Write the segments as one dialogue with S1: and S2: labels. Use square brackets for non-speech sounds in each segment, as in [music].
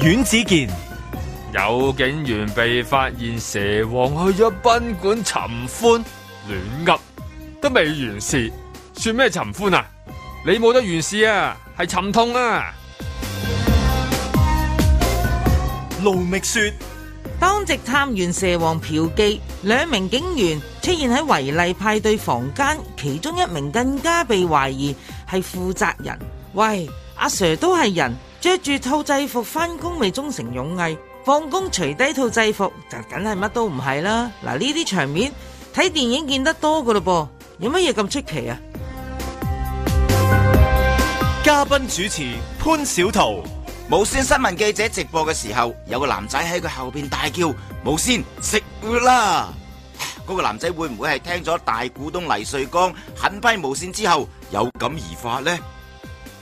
S1: 阮子健、
S2: 有警員被發現蛇王去咗賓館尋歡，亂噏都未完事，算咩尋歡啊？你冇得完事啊，係沉痛啊！
S1: 盧覓雪、
S3: 當值探員蛇王嫖妓，兩名警員出現喺違例派對房間，其中一名更加被懷疑係負責人。喂，阿 Sir 都係人，着住套制服返工咪忠誠勇毅，放工除低套制服就梗係乜都唔係啦。嗱，呢啲場面睇電影見得多噶嘞噃，有乜嘢咁出奇啊？
S1: 嘉賓主持潘小桃、
S4: 無線新聞記者直播嘅時候，有個男仔喺佢後邊大叫：無線食活啦！嗰、個男仔會唔會係聽咗大股東黎瑞剛狠批無線之後有感而發呢？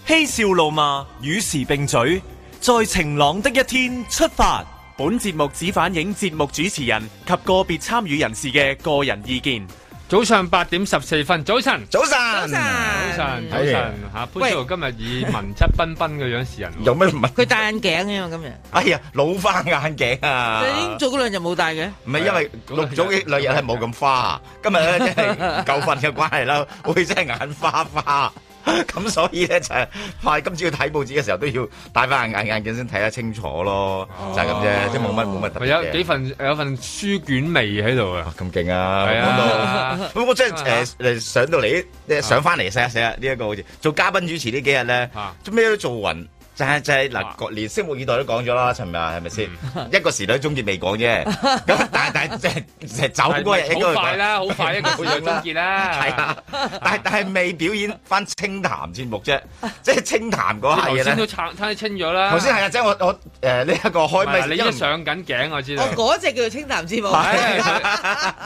S1: 嬉笑怒罵，與時並舉，在晴朗的一天出發。
S5: 本節目只反映節目主持人及個別參與人士嘅個人意見。
S2: 早上八點十四分，早晨，
S6: 早晨，
S3: 早晨，
S2: 早晨，早
S6: 哎
S2: 晨
S6: 呀
S2: 嚇！潘
S3: 喂
S2: 少今日以文質彬彬嘅樣示人喎，
S6: 有咩問？
S3: 佢戴眼鏡嘅嘛，今日
S2: 啊
S6: 哎呀，老花眼鏡啊！
S3: 你已經做嗰兩日冇戴嘅。
S6: 唔係因
S2: 啊
S6: 為錄咗幾兩日係冇咁花，啊今日咧即係唔夠瞓嘅關係啦， [laughs] 會真係眼花花。 [laughs] 咁所以咧就係快今朝要睇報紙嘅時候都要戴翻眼眼鏡先睇得清楚咯，就係咁啫，即係冇乜冇乜特
S2: 咪
S6: 別
S2: 哦有
S6: 嘅。
S2: 幾份有份書卷味喺度啊！
S6: 哇咁勁啊！
S2: 係
S6: 講到
S2: 啊，
S6: 咁我真係
S2: 啊
S6: 誒誒上到嚟，誒上翻嚟寫一寫呢一個好似做嘉賓主持呢幾日咧
S2: 啊，
S6: 做咩都做暈。就係就係
S2: 啊
S6: 嗱，個連拭目以待都講咗啦，尋日係咪先？ [laughs] 一個時代終結未講啫，咁但係但係即係即係走嗰日應該
S2: 好
S6: 會
S2: 快
S6: 講，
S2: 啦，好快一
S6: [laughs]
S2: 個半月終結啦，
S6: 係啊，但係但係未表演翻清談節目啫，即係清談嗰
S2: 你
S6: 下
S2: 頭
S6: 嘢
S2: 先都
S6: 咧。
S2: 撐撐清咗啦，
S6: 頭先係啊，即係我我誒呢一個開
S2: 係啊
S6: 咪，
S2: 你
S6: 因為
S2: 一上緊頸我知道
S3: 我，嗰只叫做清談節
S2: [laughs]
S3: 目。
S2: 係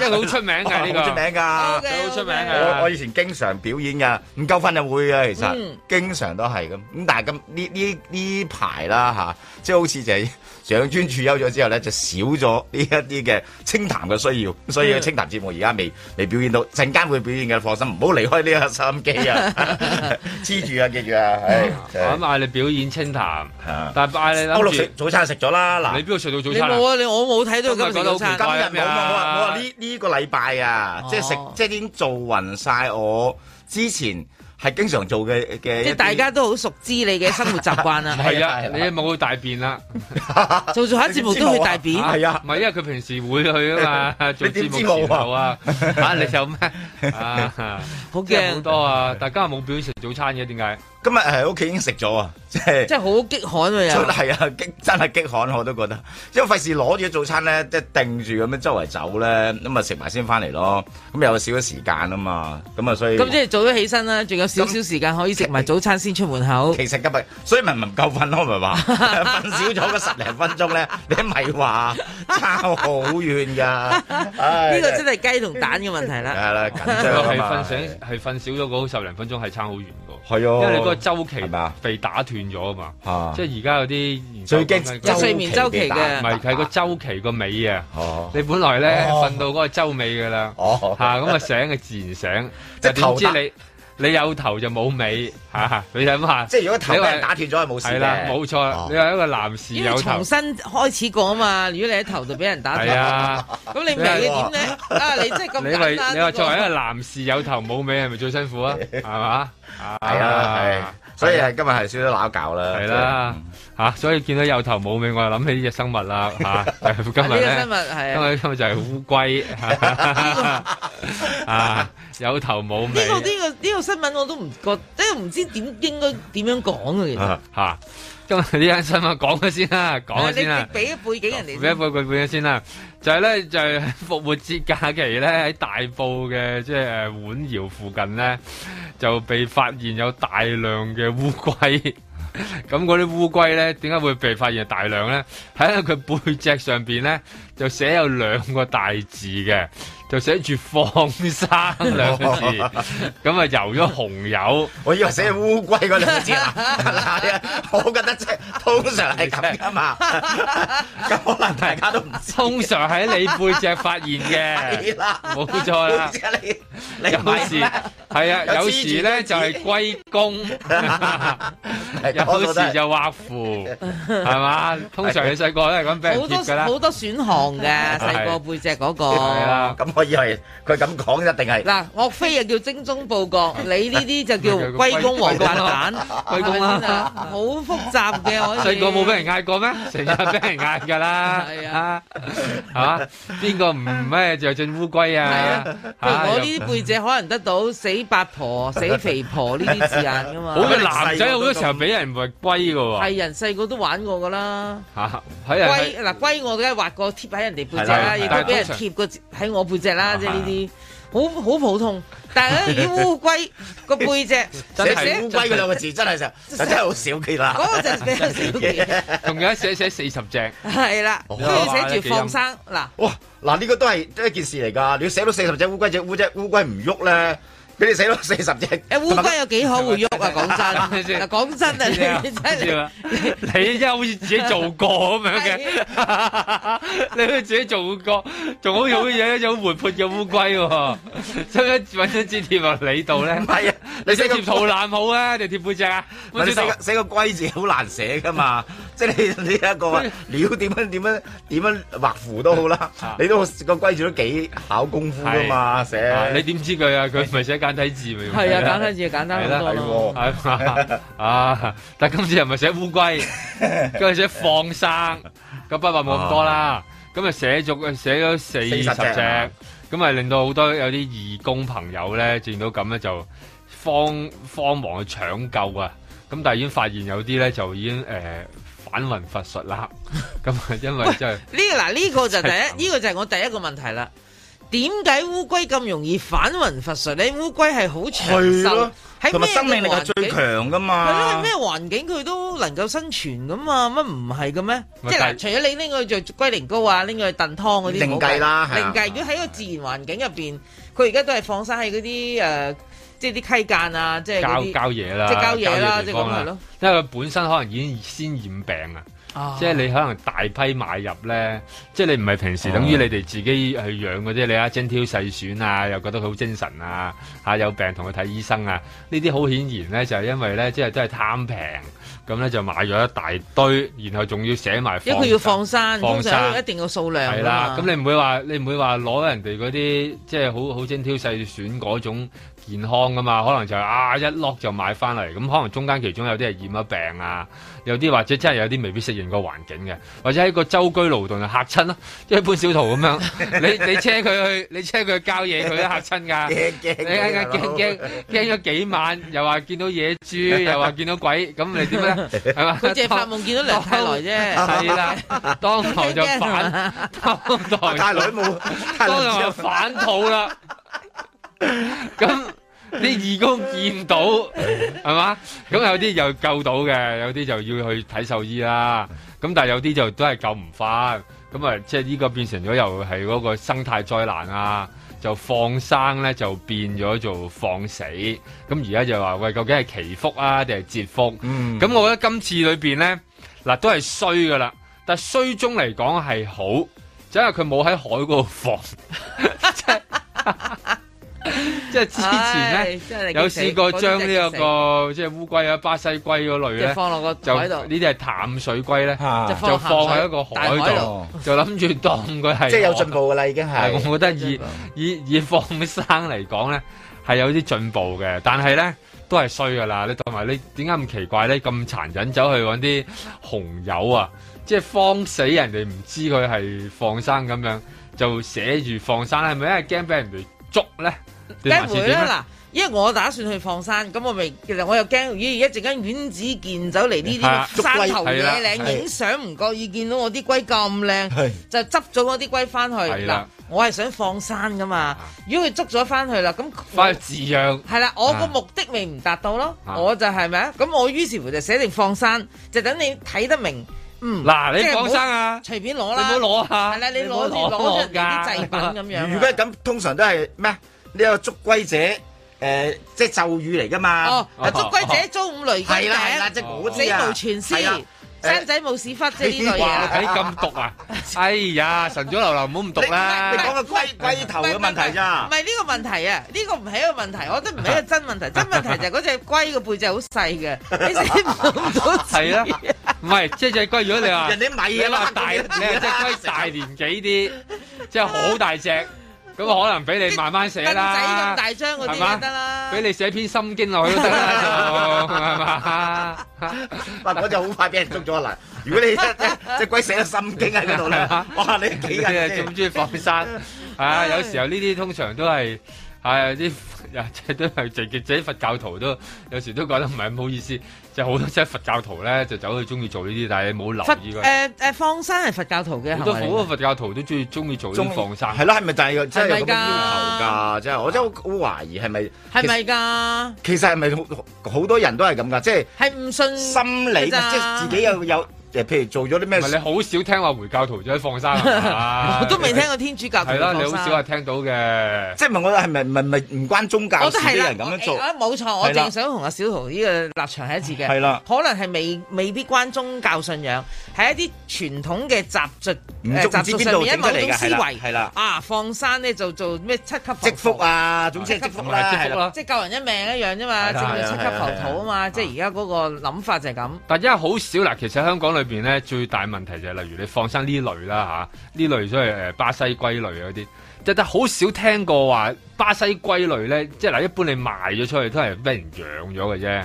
S2: 因為好出名
S6: 哇
S2: 嘅呢
S6: [laughs] 好出
S2: 個
S6: 名。㗎。
S2: 好出名啊
S6: 我我以前經常表演噶，唔夠分就會啊，其實、
S3: 嗯
S6: 經常都係咁。咁但係咁呢呢呢排啦吓，即係好似就係 [laughs] 上專處休咗之後咧，就少咗呢一啲嘅清談嘅需要，所
S2: 嗯
S6: 以清談節目而家未未表演到，陣間會表演嘅，放心，唔好離開呢個收音機
S2: [laughs]
S6: 啊，黐住啊，記住啊，唉
S2: 我
S6: 真
S2: 咁
S6: 係
S2: 嗌你表演清談，
S6: 啊
S2: 但係嗌你
S6: 歐陸
S2: 諗
S6: 食
S2: 住，
S6: 早餐食咗啦，嗱
S2: 你邊。度食到早
S3: 你
S2: 餐啊
S3: 冇啊？你我冇睇到
S2: 今
S3: 今日
S2: 日講得
S3: 早
S2: 好
S3: 餐
S2: 奇
S6: 今
S2: 怪。
S6: 日冇啊！我話我話呢呢個禮拜啊
S3: 哦，
S6: 即係食即係已經做暈晒我之前係經常做嘅嘅一啲，
S3: 即係大家都好熟知你嘅生活習慣啦，
S2: 係
S6: 啊
S2: 啊，
S6: 係啊啊
S2: 你冇去大便啦，
S3: 做做下節目都去大便，
S6: [laughs] 係啊
S2: 唔係因為佢平時會去啊
S6: [laughs]
S2: 嘛，做節目前後啊，嚇你有咩啊？
S3: 好
S2: 即係好
S3: 驚，
S2: 多啊！大家冇表演食早餐嘅，點解？
S6: 今日喺屋企已經食咗啊！即係
S3: 即係好激罕喎
S6: 真
S3: 又。
S6: 係啊，激真係激汗我都覺得，因為費事攞住早餐咧，即係定住咁樣周圍走咧，咁啊食埋先翻嚟咯。咁又有少咗時間啊嘛，咁啊所以
S3: 咁即係早咗起身啦，仲有少少時間可以食埋早餐先出門口。
S6: 其實今日所
S3: [laughs]
S6: 以咪唔夠瞓咯，咪話瞓少咗嗰十零分鐘咧，你咪話差好遠㗎。呢
S3: 呢個真係雞同蛋嘅問題啦。
S6: 係啦，
S3: [laughs]
S6: 緊
S2: 係
S6: 張啊嘛
S2: 瞓醒，係瞓少咗嗰十零分鐘，係差好遠嘅。
S6: 係
S2: 因
S6: 啊，
S2: 為你嗰個周期
S6: 係嘛
S2: 被打斷咗啊嘛，
S6: 啊
S2: 即係而家有啲研究
S6: 最
S2: 講緊
S6: 驚
S2: 個
S3: 有睡眠周期嘅
S2: 唔係係個周期個尾啊！
S6: 哦
S2: 你本來咧
S6: 哦
S2: 瞓到嗰個周尾㗎啦，
S6: 哦
S2: 嚇咁啊醒嘅自然醒，
S6: [laughs] 即
S2: 就
S6: 係頭
S2: 點
S6: 打
S2: 知你你有頭就冇尾嚇，你諗下，
S6: 即係如果頭俾
S2: 你
S6: 人
S2: 話
S6: 打斷咗係冇事
S2: 係啦，
S6: 嘅，
S2: 冇
S6: 哦
S2: 錯，你話一個男士
S3: 因為
S2: 有頭
S3: 重，新開始過啊嘛，如果你喺頭度俾人打
S2: 係
S3: 斷，
S2: 啊，
S3: [laughs] 咁你尾點咧？啊，你真係咁
S2: 你話
S3: 簡單。
S2: 你話作為一個男士有頭冇尾係咪最辛
S3: [laughs]
S2: 苦啊？係嘛？
S6: 係啊，係，所以係今日係少咗鬧教啦，
S2: 係啦嚇，所以見到有頭冇尾，我就諗起呢只生物啦
S3: [laughs]
S2: 嚇。今
S3: 呢
S2: 日
S3: 個
S2: 咧
S3: 新。聞係
S2: 因
S3: 啊
S2: 為今日就係烏
S3: [laughs]
S2: 龜啊，有頭冇
S3: 呢個
S2: 尾
S3: 呢個呢個新聞我都唔覺，即係唔知點應該點樣講嘅其實。
S6: 啊。
S2: 吓。今日呢單新聞講咗先啦，講咗先啊
S3: 你
S2: 啦
S3: 你。俾背景人哋
S2: 俾一
S3: 先。
S2: 個佢本先啦，就係咧就係復活節假期咧喺大埔嘅即係誒碗窯附近咧 [laughs] 就被發現有大量嘅烏龜。 [laughs] 咁嗰啲烏龜咧點解會被發現係大量咧？喺佢背脊上邊咧就寫有兩個大字嘅，就寫住放生兩個
S6: [laughs]
S2: 字，咁啊油咗紅油。
S6: 我以為寫烏龜嗰兩個
S2: [laughs]
S6: 字啦，嗱我覺得即係通常係咁噶
S2: [laughs]
S6: 嘛，咁可能大家都唔知
S2: 通常喺你背脊發現嘅
S6: 係，啦，
S2: 冇錯啦
S6: 哎好似係你你唔
S2: 有
S6: 係
S2: 時係啊，
S6: 有
S2: 有
S6: 黐住
S2: 時咧
S6: 張紙
S2: 就係龜
S3: [laughs]
S2: 公，有時就畫符，係嘛？通常你細
S3: [laughs]
S2: 個都係咁俾人
S3: 好
S2: 貼
S3: 多
S2: 㗎啦，
S3: 好多選項嘅細個背脊嗰個。
S2: 係啊啦。
S6: 咁我以為佢咁講一定係
S3: 嗱，岳飛啊叫精忠報
S2: [laughs]
S3: 國，你呢啲就叫
S2: 咪叫
S3: 龜公王八蛋，
S2: 龜公
S3: 係咪
S2: 啦
S3: 先啊好複雜嘅我。
S2: 細個冇俾人嗌過咩？成日俾人嗌㗎啦，
S3: 係
S2: 啊，係嘛？邊個唔咩就進烏龜啊？
S3: 譬
S2: 啊
S3: 如我
S2: 又
S3: 呢啲背脊可能得到死八婆、死肥婆呢啲字眼
S2: [laughs]
S3: 噶嘛。
S2: 好嘅男仔好多時候俾人話龜嘅喎，
S3: 係啊人細個都玩過噶啦。
S2: 嚇喺人
S3: 龜嗱龜我梗係畫過貼喺人哋背脊
S2: 係啦
S3: 啦，亦
S2: 但係
S3: 都俾人
S2: 通常啊
S3: 貼過喺我背脊啦，即係呢啲。好好普通，但係
S2: [laughs]
S3: 咧，啲烏龜個背脊
S2: 真
S6: 寫
S2: 係
S6: 寫烏龜嗰兩個字，真係就真係好少嘅啦。
S3: 嗰個就比較少嘅，
S2: 同樣寫寫四十隻，
S3: 係啦，
S2: 哦
S3: 跟住寫住放生嗱。
S6: 哇！嗱，呢個都係都係一件事嚟㗎。你要寫到四十隻烏龜，只烏只烏龜唔喐咧，俾你寫到四十隻。
S3: 誒
S2: 啊
S3: 烏龜有幾可會喐啊？
S2: 係
S3: 講
S2: 咪
S3: 真，
S2: 先
S3: 嗱講真
S2: 你
S3: 啊，你
S2: 知
S3: 真係
S2: [laughs] 嘛 [laughs] 你真係好似自己做過咁樣嘅， [laughs] 你好似自己做過，仲好似好嘢一種活潑嘅烏龜喎， [laughs] 使唔使揾張紙貼落你度咧
S6: 唔？係啊，
S2: 你
S6: 你
S2: 想
S6: 寫個
S2: 貼肚腩好啊，定貼背脊啊？
S6: 唔係你寫個寫個龜字好難寫㗎
S2: [laughs]
S6: 嘛，即係你你一個料點樣點樣點樣畫符都好啦
S2: 啊，
S6: 你都個龜字都幾考功夫㗎嘛
S2: 啊你
S6: 寫。
S2: 點知佢啊？佢唔係寫簡體字咪？
S3: 係啊，簡單字簡單好多咯。
S2: 係 [laughs] 嘛啊！但今次又唔係寫烏龜，跟住寫放生，咁筆畫冇咁多啦。咁啊寫咗寫咗四
S6: 40
S2: 十隻
S6: 隻，
S2: 咁啊令到好多有啲義工朋友咧見到咁咧就慌慌忙去搶救啊！咁但係已經發現有啲咧就已經誒、呃反魂乏術啦。咁啊因為真係
S3: 呢嗱呢個就第
S2: 真係慘
S3: 一，呢個就係我第一個問題啦。點解烏龜咁容易反魂乏術咧？烏龜係好長
S6: 係
S3: 壽
S6: 咯，
S3: 喺
S6: 同埋生命力係
S3: 係
S6: 最強。㗎
S3: 係咯，
S6: 嘛
S3: 喺。咩環境佢都能夠生存噶嘛？乜唔係嘅咩？
S2: 咪
S3: 即係
S2: 但
S3: 嗱，除咗你拎佢去做龜苓膏啊，拎佢去燉湯嗰啲，
S6: 另計啦係
S3: 另
S6: 啊
S3: 計。如果喺個自然環境入邊，佢而家都係放生喺嗰啲誒，即係啲溪澗啊，即係嗰
S2: 交
S3: 啲
S2: 交嘢啦，
S3: 即係郊野啦
S2: 郊
S3: 即
S2: 地方
S3: 係咁係咯
S2: 因為佢本身可能已經先染病啊。
S3: 啊
S2: 即係你可能大批買入咧，即係你唔係平時，
S6: 哦
S2: 等於你哋自己去養嗰啲，你啊精挑細選啊，又覺得佢好精神啊，嚇有病同佢睇醫生啊，呢啲好顯然咧就係因為咧，即係都係貪平，咁咧就買咗一大堆，然後仲要寫埋，
S3: 因為佢要放生，
S2: 放
S3: 通常
S2: 生
S3: 有一定嘅數量
S2: 係
S3: 㗎
S2: 啦，
S3: 嘛
S2: 咁你唔會話你唔會話攞人哋嗰啲即係好好精挑細選嗰種健康噶嘛？可能就係啊一 lock 就買翻嚟，咁可能中間其中有啲係染咗病啊，有啲或者真係有啲未必適應個環境嘅，或者喺個周居勞頓啊嚇親咯，即係潘小桃咁 [laughs] 樣，你你車佢去，你車佢去郊野佢都 [laughs] 嚇親㗎。
S6: 驚驚
S2: 你
S6: 驚
S2: 驚驚驚驚咗幾晚，又話見到野豬，又話見到鬼，咁你點咧？ [laughs] 係嘛？
S3: 佢淨係發夢見到梁太來啫。
S2: 係 [laughs] 啦，當頭就反， [laughs] 當
S6: 大
S2: 台
S6: 女冇，大
S2: 當
S6: 女
S2: 然就
S6: 冇
S2: 反肚啦。咁啲義工見到係嘛？咁有啲就救到嘅，有啲就要去睇獸醫啦。咁但係有啲就都係救唔翻。咁啊，即係呢個變成咗又係嗰個生態災難啊！就放生咧就變咗做放死。咁而家就話喂，究竟係祈福啊定係折福？
S6: 嗯
S2: 咁我覺得今次裏邊咧，嗱都係衰噶啦，但係衰中嚟講係好，就因為佢冇喺海嗰度放，即係即係之前咧
S3: 唉真係激死
S2: 有試過將呢一
S3: 嗰啲真係激死
S2: 個即係烏龜啊、巴西龜嗰類
S3: 就
S2: 咧，
S3: 放落個
S2: 就
S3: 台
S2: 呢
S3: 度，
S2: 啲係淡水龜咧，
S6: 嚇
S2: 就
S3: 放
S2: 放喺一個
S3: 大
S2: 海
S3: 海
S2: 度，
S3: 度。
S6: 哦
S2: 就諗住當佢係
S6: 即係有進步㗎啦，已經
S2: 係
S6: 係。
S2: 我覺得以以以放生嚟講咧，係有啲進步嘅，但係咧都係衰噶啦。你同埋你點解咁奇怪咧？咁殘忍走去揾啲紅友啊，即係放死人哋唔知佢係放生咁樣，就寫住放生係咪因為驚俾人哋捉咧？定
S3: 梗
S2: 還
S3: 係
S2: 是
S3: 會
S2: 點咧？
S3: 啦嗱。因為我打算去放生，咁我咪其實我又驚，咦！一陣間阮子健走嚟呢
S2: 係啊
S3: 啲山頭野
S6: 捉
S3: 嶺
S6: 龜
S3: 影相，唔覺意見到我啲龜咁靚
S6: 係，
S3: 就執咗我啲龜翻去。
S2: 係
S3: 嗱
S2: 啦，
S3: 我係想放生噶嘛。如果佢捉咗翻去啦，咁
S2: 翻去飼養
S3: 係啦，我
S2: 啊
S3: 個目的咪唔達到咯，
S2: 啊
S3: 我就係咪啊？咁我於是乎就寫定放生，就等你睇得明嗯，
S2: 嗱，你
S3: 即係唔好
S2: 講生啊，
S3: 隨便攞
S2: 你唔
S3: 啦，
S2: 好攞啊，
S3: 係啦，你
S2: 唔好
S3: 攞啲攞咗人哋啲
S2: 㗎
S3: 祭品咁樣啊。
S6: [laughs] 如果係咁，通常都係咩？呢個捉龜者，誒，即係咒語嚟噶嘛
S3: 哦，。
S6: [laughs]
S3: 啊捉龜者租五雷公
S6: 係啦係啦，
S3: 頂，
S6: 即係嗰
S3: 死
S6: 啲啊。
S3: 無全
S6: 係啦
S3: 屍，生仔冇屎忽，即係呢類嘢
S2: 哇！
S3: 啦。
S2: 睇咁
S3: [laughs]
S2: 毒啊！哎呀，晨早流流唔好咁毒啦
S6: 你你。講個龜龜頭嘅問題
S3: 唔
S6: 咋？
S3: 係呢個問題啊，呢個唔係一個問題，我覺得唔係一個真問題。真問題就係嗰只龜個背脊好細嘅，你死唔到字
S2: 係啦，唔係即係只龜。如果你
S6: [laughs]
S2: 話
S6: 人哋
S2: 你
S6: 米啊
S2: 話
S6: 嘛，
S2: 大，你
S6: 嗰啲
S2: 話只龜大年紀啲，即係好大隻，咁可能俾你慢慢寫
S3: 凳仔咁
S2: 啦，
S3: 大張嗰啲
S2: 係嘛
S3: 就得啦。
S2: 俾你寫篇心經落去都得啦，就係嘛？
S6: 哇！嗰就好快俾人捉咗啦。如果你只龜寫咗心經喺嗰度咧，哇！你
S2: 你
S6: 幾
S2: 啊，
S6: 日
S2: 中唔中意放
S6: [laughs]
S2: 生？啊，有時候呢啲通常都係係啲。 [laughs] 即係都係直接自己佛教徒都有時都覺得唔係咁好意思，就好多即係佛教徒咧就走去中意做呢啲，但係你冇
S3: 佛呃
S2: 留意佢，
S3: 誒誒放生係佛教徒嘅
S2: 好
S3: 行
S2: 多
S3: 為
S2: 好
S3: 嚟
S2: 多
S6: 啊
S3: 嘅。
S2: 佛教徒都中意中意做呢啲放生。
S6: 係咯，係咪就係真係有咁
S3: 係咪
S6: 嘅
S3: 㗎
S6: 要求㗎？真係，我真係好好懷疑係咪？
S3: 係咪㗎？
S6: 其實係咪好好多人都係咁㗎？即係
S3: 係唔信
S6: 心理，
S3: 㗎
S6: 即
S3: 咋
S6: 係自己又有誒，譬如做咗啲
S2: 唔
S6: 咩
S2: 係你好少聽話回教徒走去放生，
S3: [laughs]
S2: 我
S3: 我都未聽過天主教徒
S2: 係啦，
S3: 放
S2: 你好
S3: 生。
S2: 少話聽到嘅。
S6: 即係問我係咪唔係唔係唔關宗教
S3: 我
S6: 事
S3: 都係
S6: 啲
S3: 啦，
S6: 人咁樣做
S3: 我？我冇錯，我
S6: 係啦
S3: 正想同阿小豪呢個立場係一致嘅。
S6: 係啦
S3: 可能係未未必關宗教信仰，係一啲傳統嘅習俗
S6: 唔
S3: 誒
S6: 足唔
S3: 習
S6: 知
S3: 俗
S6: 邊
S3: 上
S6: 度
S3: 面一
S6: 整
S3: 某
S6: 得嚟
S3: 種
S6: 㗎？
S3: 思
S6: 係啦，
S3: 維。
S6: 係啦，
S3: 啊，放生咧就做咩七級浮屠
S6: 積福，啊，總之係積福啦，
S2: 同埋積
S6: 係
S2: 福
S6: 啦
S2: 啦。
S3: 即係救人一命一樣啫嘛，
S6: 係啦
S3: 正叫七級
S6: 係啦
S3: 浮屠啊嘛，即係而家嗰個諗法就係咁。
S2: 但因為好少嗱，其實香港裏邊咧最大問題就係例如你放生呢類啦嚇，呢、類所謂誒巴西龜類嗰啲，即係好少聽過話巴西龜類咧，即係嗱一般你賣咗出去都係俾人養咗嘅啫，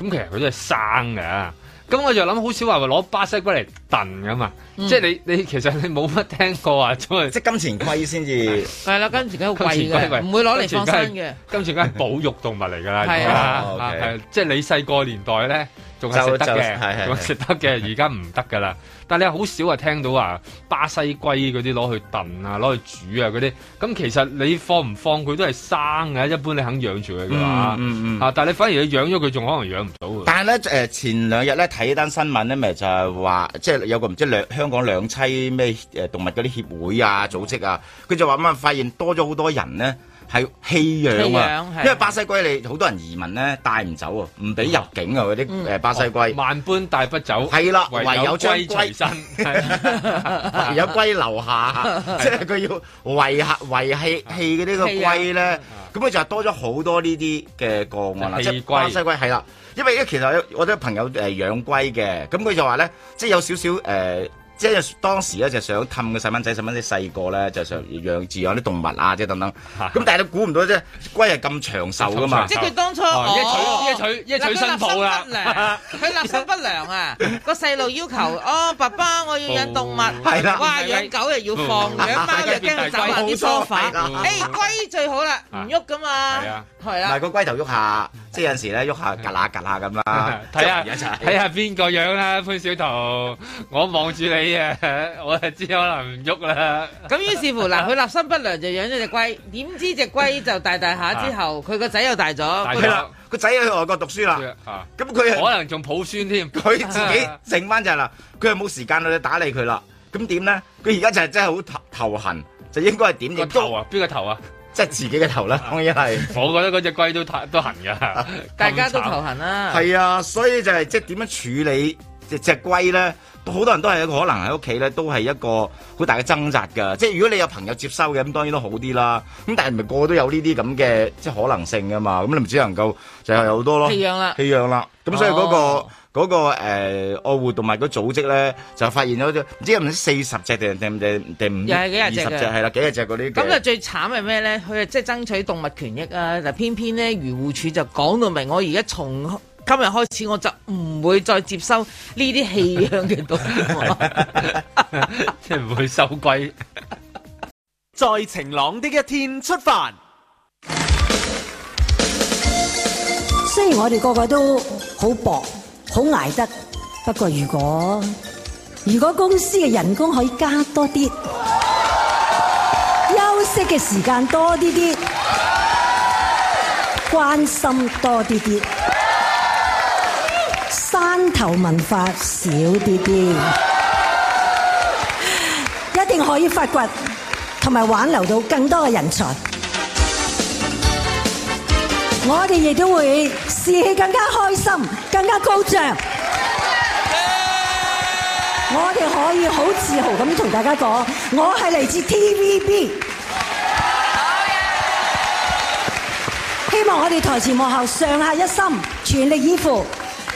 S2: 咁其實佢都係生嘅。咁我就諗好少話攞巴西龜嚟燉噶嘛，即係你你其實你冇乜聽過話出去。
S6: 即係金錢龜先
S2: [laughs]
S6: 至
S3: 係啦，跟住佢好貴
S2: 金錢龜
S3: 嘅，
S2: 貴
S3: 唔會攞嚟放生嘅。
S2: 金錢係保育動物嚟㗎啦，而
S3: 係
S2: 家
S6: 啊
S2: 啊
S6: OK
S2: 係即係你細個年代咧，仲係
S6: 就
S2: 食得
S6: 就係係
S2: 嘅，仲係食得嘅，而家唔得㗎啦。但係你好少話聽到話巴西龜嗰啲攞去燉啊，攞去煮啊嗰啲。咁其實你放唔放佢都係生嘅，一般你肯養住佢嘅話，
S6: 嗯嗯嗯
S2: 啊，但係你反而你養咗佢，仲可能養唔到㗎。
S6: 但係咧誒，前兩日咧睇單新聞咧，咪就係話，即係有個唔知兩香港兩棲咩誒動物嗰啲協會啊、組織啊，佢就話咁啊，發現多咗好多人咧係棄養啊
S3: 棄養，係
S6: 因為巴西龜你好多人移民咧帶唔走啊，唔俾入境啊嗰啲誒巴西龜，
S2: 嗯萬般帶不走，
S6: 係啦
S2: 唯
S6: 唯有將
S2: 龜隨身。
S3: 啊
S6: 唯有龜
S3: [laughs]
S6: 留下，即係佢要維下維係
S3: 啊
S6: 棄嘅呢個龜咧，咁佢就係多咗好多呢啲嘅個案啦，即
S2: 就棄
S6: 係
S2: 龜
S6: 巴西龜係啦。因為其實我都有朋友誒養龜嘅，咁佢就話咧，即係有少少誒。呃即係當時啊咧就想氹個細蚊仔，細蚊仔細個咧就想養飼養啲動物啊，即係等等。咁但係你估唔到啫，龜係咁長壽噶嘛
S2: 咁長壽
S3: 即係佢當初
S2: 哦
S3: 哦
S2: 一取一取一取新抱啦
S3: 嗱佢立心不良，佢立心不良啊！
S2: [laughs]
S3: 個細路要求哦，爸爸我要養動物，
S6: 係啦
S3: 哇養狗又要放，
S2: 嗯
S3: 養貓又驚佢走啊埋啲梳化
S6: 冇錯係，啦
S3: 誒哎龜最好啦，唔喐噶嘛
S2: 啊係啊，
S3: 係
S6: 唔
S3: 啦
S6: 係。個龜頭喐下，即係有陣時咧喐下，趌下趌下咁啦。
S2: 嗯 [laughs] 睇下
S6: 即係而家就係
S2: 睇下邊個樣啦，潘小桃，我望住你啊，我就知可能唔喐啦。
S3: 咁於是乎嗱，
S2: 啊
S3: 佢立心不良就養咗只龜，點知只龜就大大下之後，佢個仔又大
S2: 啊大
S3: 咗，
S2: 咗
S6: 係哦啦，個仔去外國讀書啦，
S2: 啊
S6: 咁佢係
S2: 可能仲抱孫添，
S6: 佢自
S2: [laughs]
S6: 己剩翻就係啦，佢係冇時間去打理佢啦。咁點咧？佢而家就係真係好頭頭痕，就應該係點
S2: 個
S6: 亦
S2: 頭
S6: 都
S2: 啊，邊個頭啊？
S6: 即係自己嘅頭啦，當然係。
S2: 我覺得嗰只龜都頭都痕噶，
S3: 大家都
S2: 咁慘
S3: 頭。痕啦。
S6: 係啊，所以就係即係點樣處理只只龜咧？好多人都係可能喺屋企咧，都係一個好大嘅掙扎㗎。即係如果你有朋友接收嘅，咁當然都好啲啦。咁但係唔係個個都有呢啲咁嘅即係可能性㗎嘛？咁你咪只能夠就係有好多咯。
S3: 棄養啦
S6: 棄養啦。咁所以嗰、個。
S3: 哦
S6: 嗰、個誒、呃、愛護動物嗰組織咧，就發現咗隻唔知係唔知四十隻定定定定五
S3: 又係幾
S6: 二
S3: 廿隻
S6: 十隻
S3: 嘅
S6: 係啦，幾廿隻嗰啲嘅。
S3: 咁就最慘係咩咧？佢啊即係爭取動物權益啊！嗱，偏偏咧漁護署就講到明，我而家從今日開始我就唔會再接收呢啲棄養嘅動物。
S2: [laughs] 即係唔會收龜。
S5: 在晴朗的一天出發。
S7: 雖然我哋個個都好薄，好捱得，不過如果如果公司嘅人工可以加多啲，休息嘅時間多啲啲，關心多啲啲，山頭文化少啲啲，一定可以發掘同埋挽留到更多嘅人才。我哋亦都會士氣更加開心，更加高漲。我哋可以好自豪咁同大家講，我係嚟自 TVB。希望我哋台前幕後上下一心，全力以赴，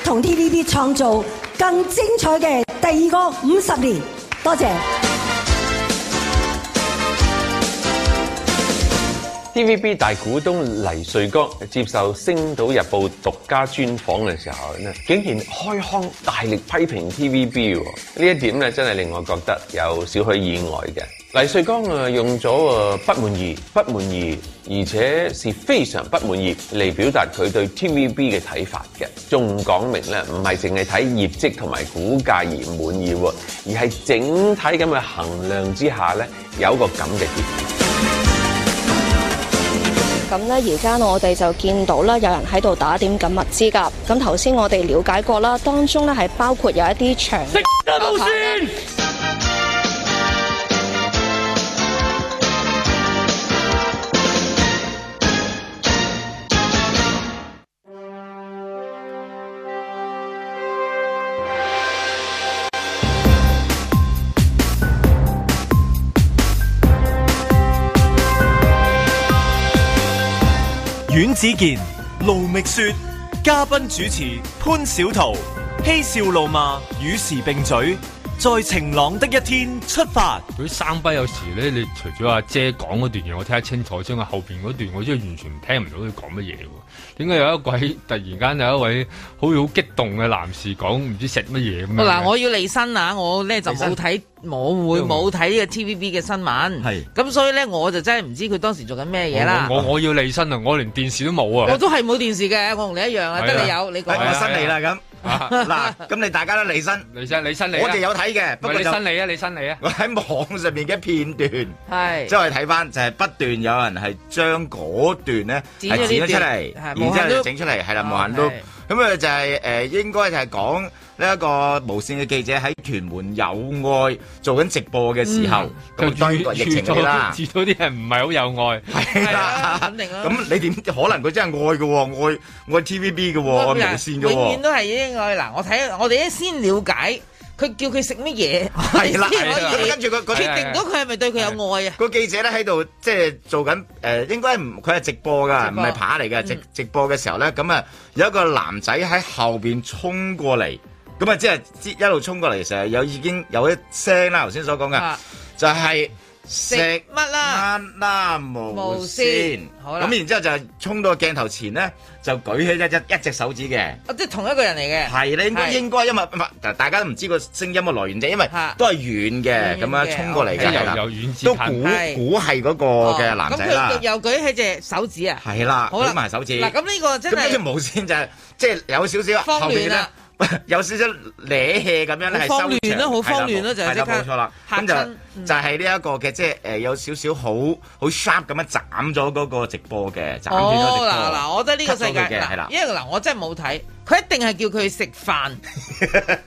S7: 同 TVB 創造更精彩嘅第二個五十年。多謝。
S8: TVB 大股東黎瑞剛接受《星島日報》獨家專訪嘅時候咧，竟然開腔大力批評 TVB 喎，呢一點咧真係令我覺得有少許意外嘅。黎瑞剛啊用咗啊不滿意、不滿意，而且是非常不滿意嚟表達佢對 TVB 嘅睇法嘅，仲講明咧唔係淨係睇業績同埋股價而滿意喎，而係整體咁嘅衡量之下咧有一個咁嘅結果。
S9: 咁咧，而家我哋就見到啦，有人喺度打點緊物資㗎。咁頭先我哋了解過啦，當中咧係包括有一啲長
S2: 都算。
S1: 阮子健、卢觅雪，嘉賓主持潘小桃，嬉笑怒罵，與時並舉，在晴朗的一天出發。
S2: 佢生筆有時咧，你除咗阿姐講嗰段嘢，我聽得清楚之外，後邊嗰段我真係完全聽唔到佢講乜嘢喎。點解有一位突然間有一位好似好激動嘅男士講唔知食乜嘢咁樣嘅？
S3: 哦嗱，我要離身啊！我咧就冇睇，我會冇睇呢個 TVB 嘅新聞。
S5: 係
S3: 咁，所以咧我就真係唔知佢當時做緊咩嘢啦。
S2: 我我我要離身啊！我連電視都冇啊
S3: 我！都係冇電視嘅，我同你一樣啊，
S2: 係啊
S3: 得你有，你講
S2: 係啊
S3: 啊。
S6: 我新嚟啦
S2: 啊
S6: 咁， [laughs] 嗱咁你大家都離身，
S2: 離身，離身你啊
S6: 我哋有睇嘅，不過
S2: 喂你
S6: 就
S2: 身你啊！你身你
S6: [laughs]
S2: 啊！
S6: 我喺網上面嘅片段，即
S3: 係
S6: 係我哋睇翻就係不斷有人係將嗰段咧
S3: 剪咗呢
S6: 係剪咗出嚟，
S3: 段係
S6: 然
S3: 無
S6: 之
S3: 限 loop
S6: 後就整出嚟，係啦，
S3: 哦
S6: 無限都咁啊就係誒應該就係講。呢一個無線嘅記者喺屯門友愛做緊直播嘅時候，
S2: 就
S6: 咁當然疫情嗰啲啦，
S2: 遇到啲人唔係好有愛，
S6: 係啦，
S3: 肯定啦
S6: 咁你點可能佢真係愛嘅喎，愛愛 TVB 嘅喎，愛無線嘅
S3: 永遠
S6: 喎，
S3: 都係應該嗱，我睇我哋先了解佢叫佢食乜嘢，
S6: 係啦，
S3: 先可
S2: 係啦
S3: 以
S6: 跟住佢
S2: 係
S6: 嗰
S2: 啊
S3: 決定到佢係咪對佢有愛啊？
S6: 個記者咧喺度即係做緊誒、呃，應該唔佢係直播㗎，
S3: 直
S6: 唔
S3: 播嗯
S6: 係扒嚟嘅。直直播嘅時候咧，咁啊有一個男仔喺後邊衝過嚟，咁啊即係即一路衝過嚟，成日有已經有一聲啦，頭先所講嘅、
S3: 啊
S6: 就係
S3: 食
S6: 食
S3: 乜啦？
S6: 乜啦無
S3: 無
S6: 線
S3: 線，好啦
S6: 咁然之後就衝到鏡頭前咧，就舉起一一一隻手指嘅。
S3: 啊，即係同一個人嚟嘅。
S6: 係啦，應該
S3: 係
S6: 應該，因為唔係大家都唔知個聲音嘅來源啫，因為
S3: 嚇
S6: 都係遠嘅
S3: 遠
S6: 咁樣
S3: 嘅
S6: 衝過嚟
S2: 即
S6: 嘅，係
S2: 係
S6: 啦
S2: 由由遠至
S6: 都
S2: 近
S6: 估
S3: 係哦
S6: 估係嗰個嘅男仔啦
S3: 咁佢，又舉起隻手指啊？
S6: 係啦，
S3: 好啦
S6: 舉埋手指，
S3: 嗱，咁呢個真
S6: 咁跟
S3: 係
S6: 住無線就係即係有少少
S3: 慌亂啊
S6: 後面咧。 [laughs] 有少少嗲氣咁樣咧，係
S3: 好慌
S6: 收場
S3: 亂咯好慌亂咯
S6: 係啦
S3: 就即刻
S6: 係啦冇錯啦。
S3: 嚇親
S6: 咁
S3: 嗯
S6: 就就係呢一個嘅，即係誒有少少好好 sharp 咁樣斬咗嗰個直播嘅，斬斷咗直
S3: 哦
S6: 播。
S3: 嗱嗱，我覺得呢個世界
S6: cut 咗佢嘅係
S3: 嗱
S6: 啦，
S3: 因為嗱我真係冇睇，佢一定係叫佢食飯，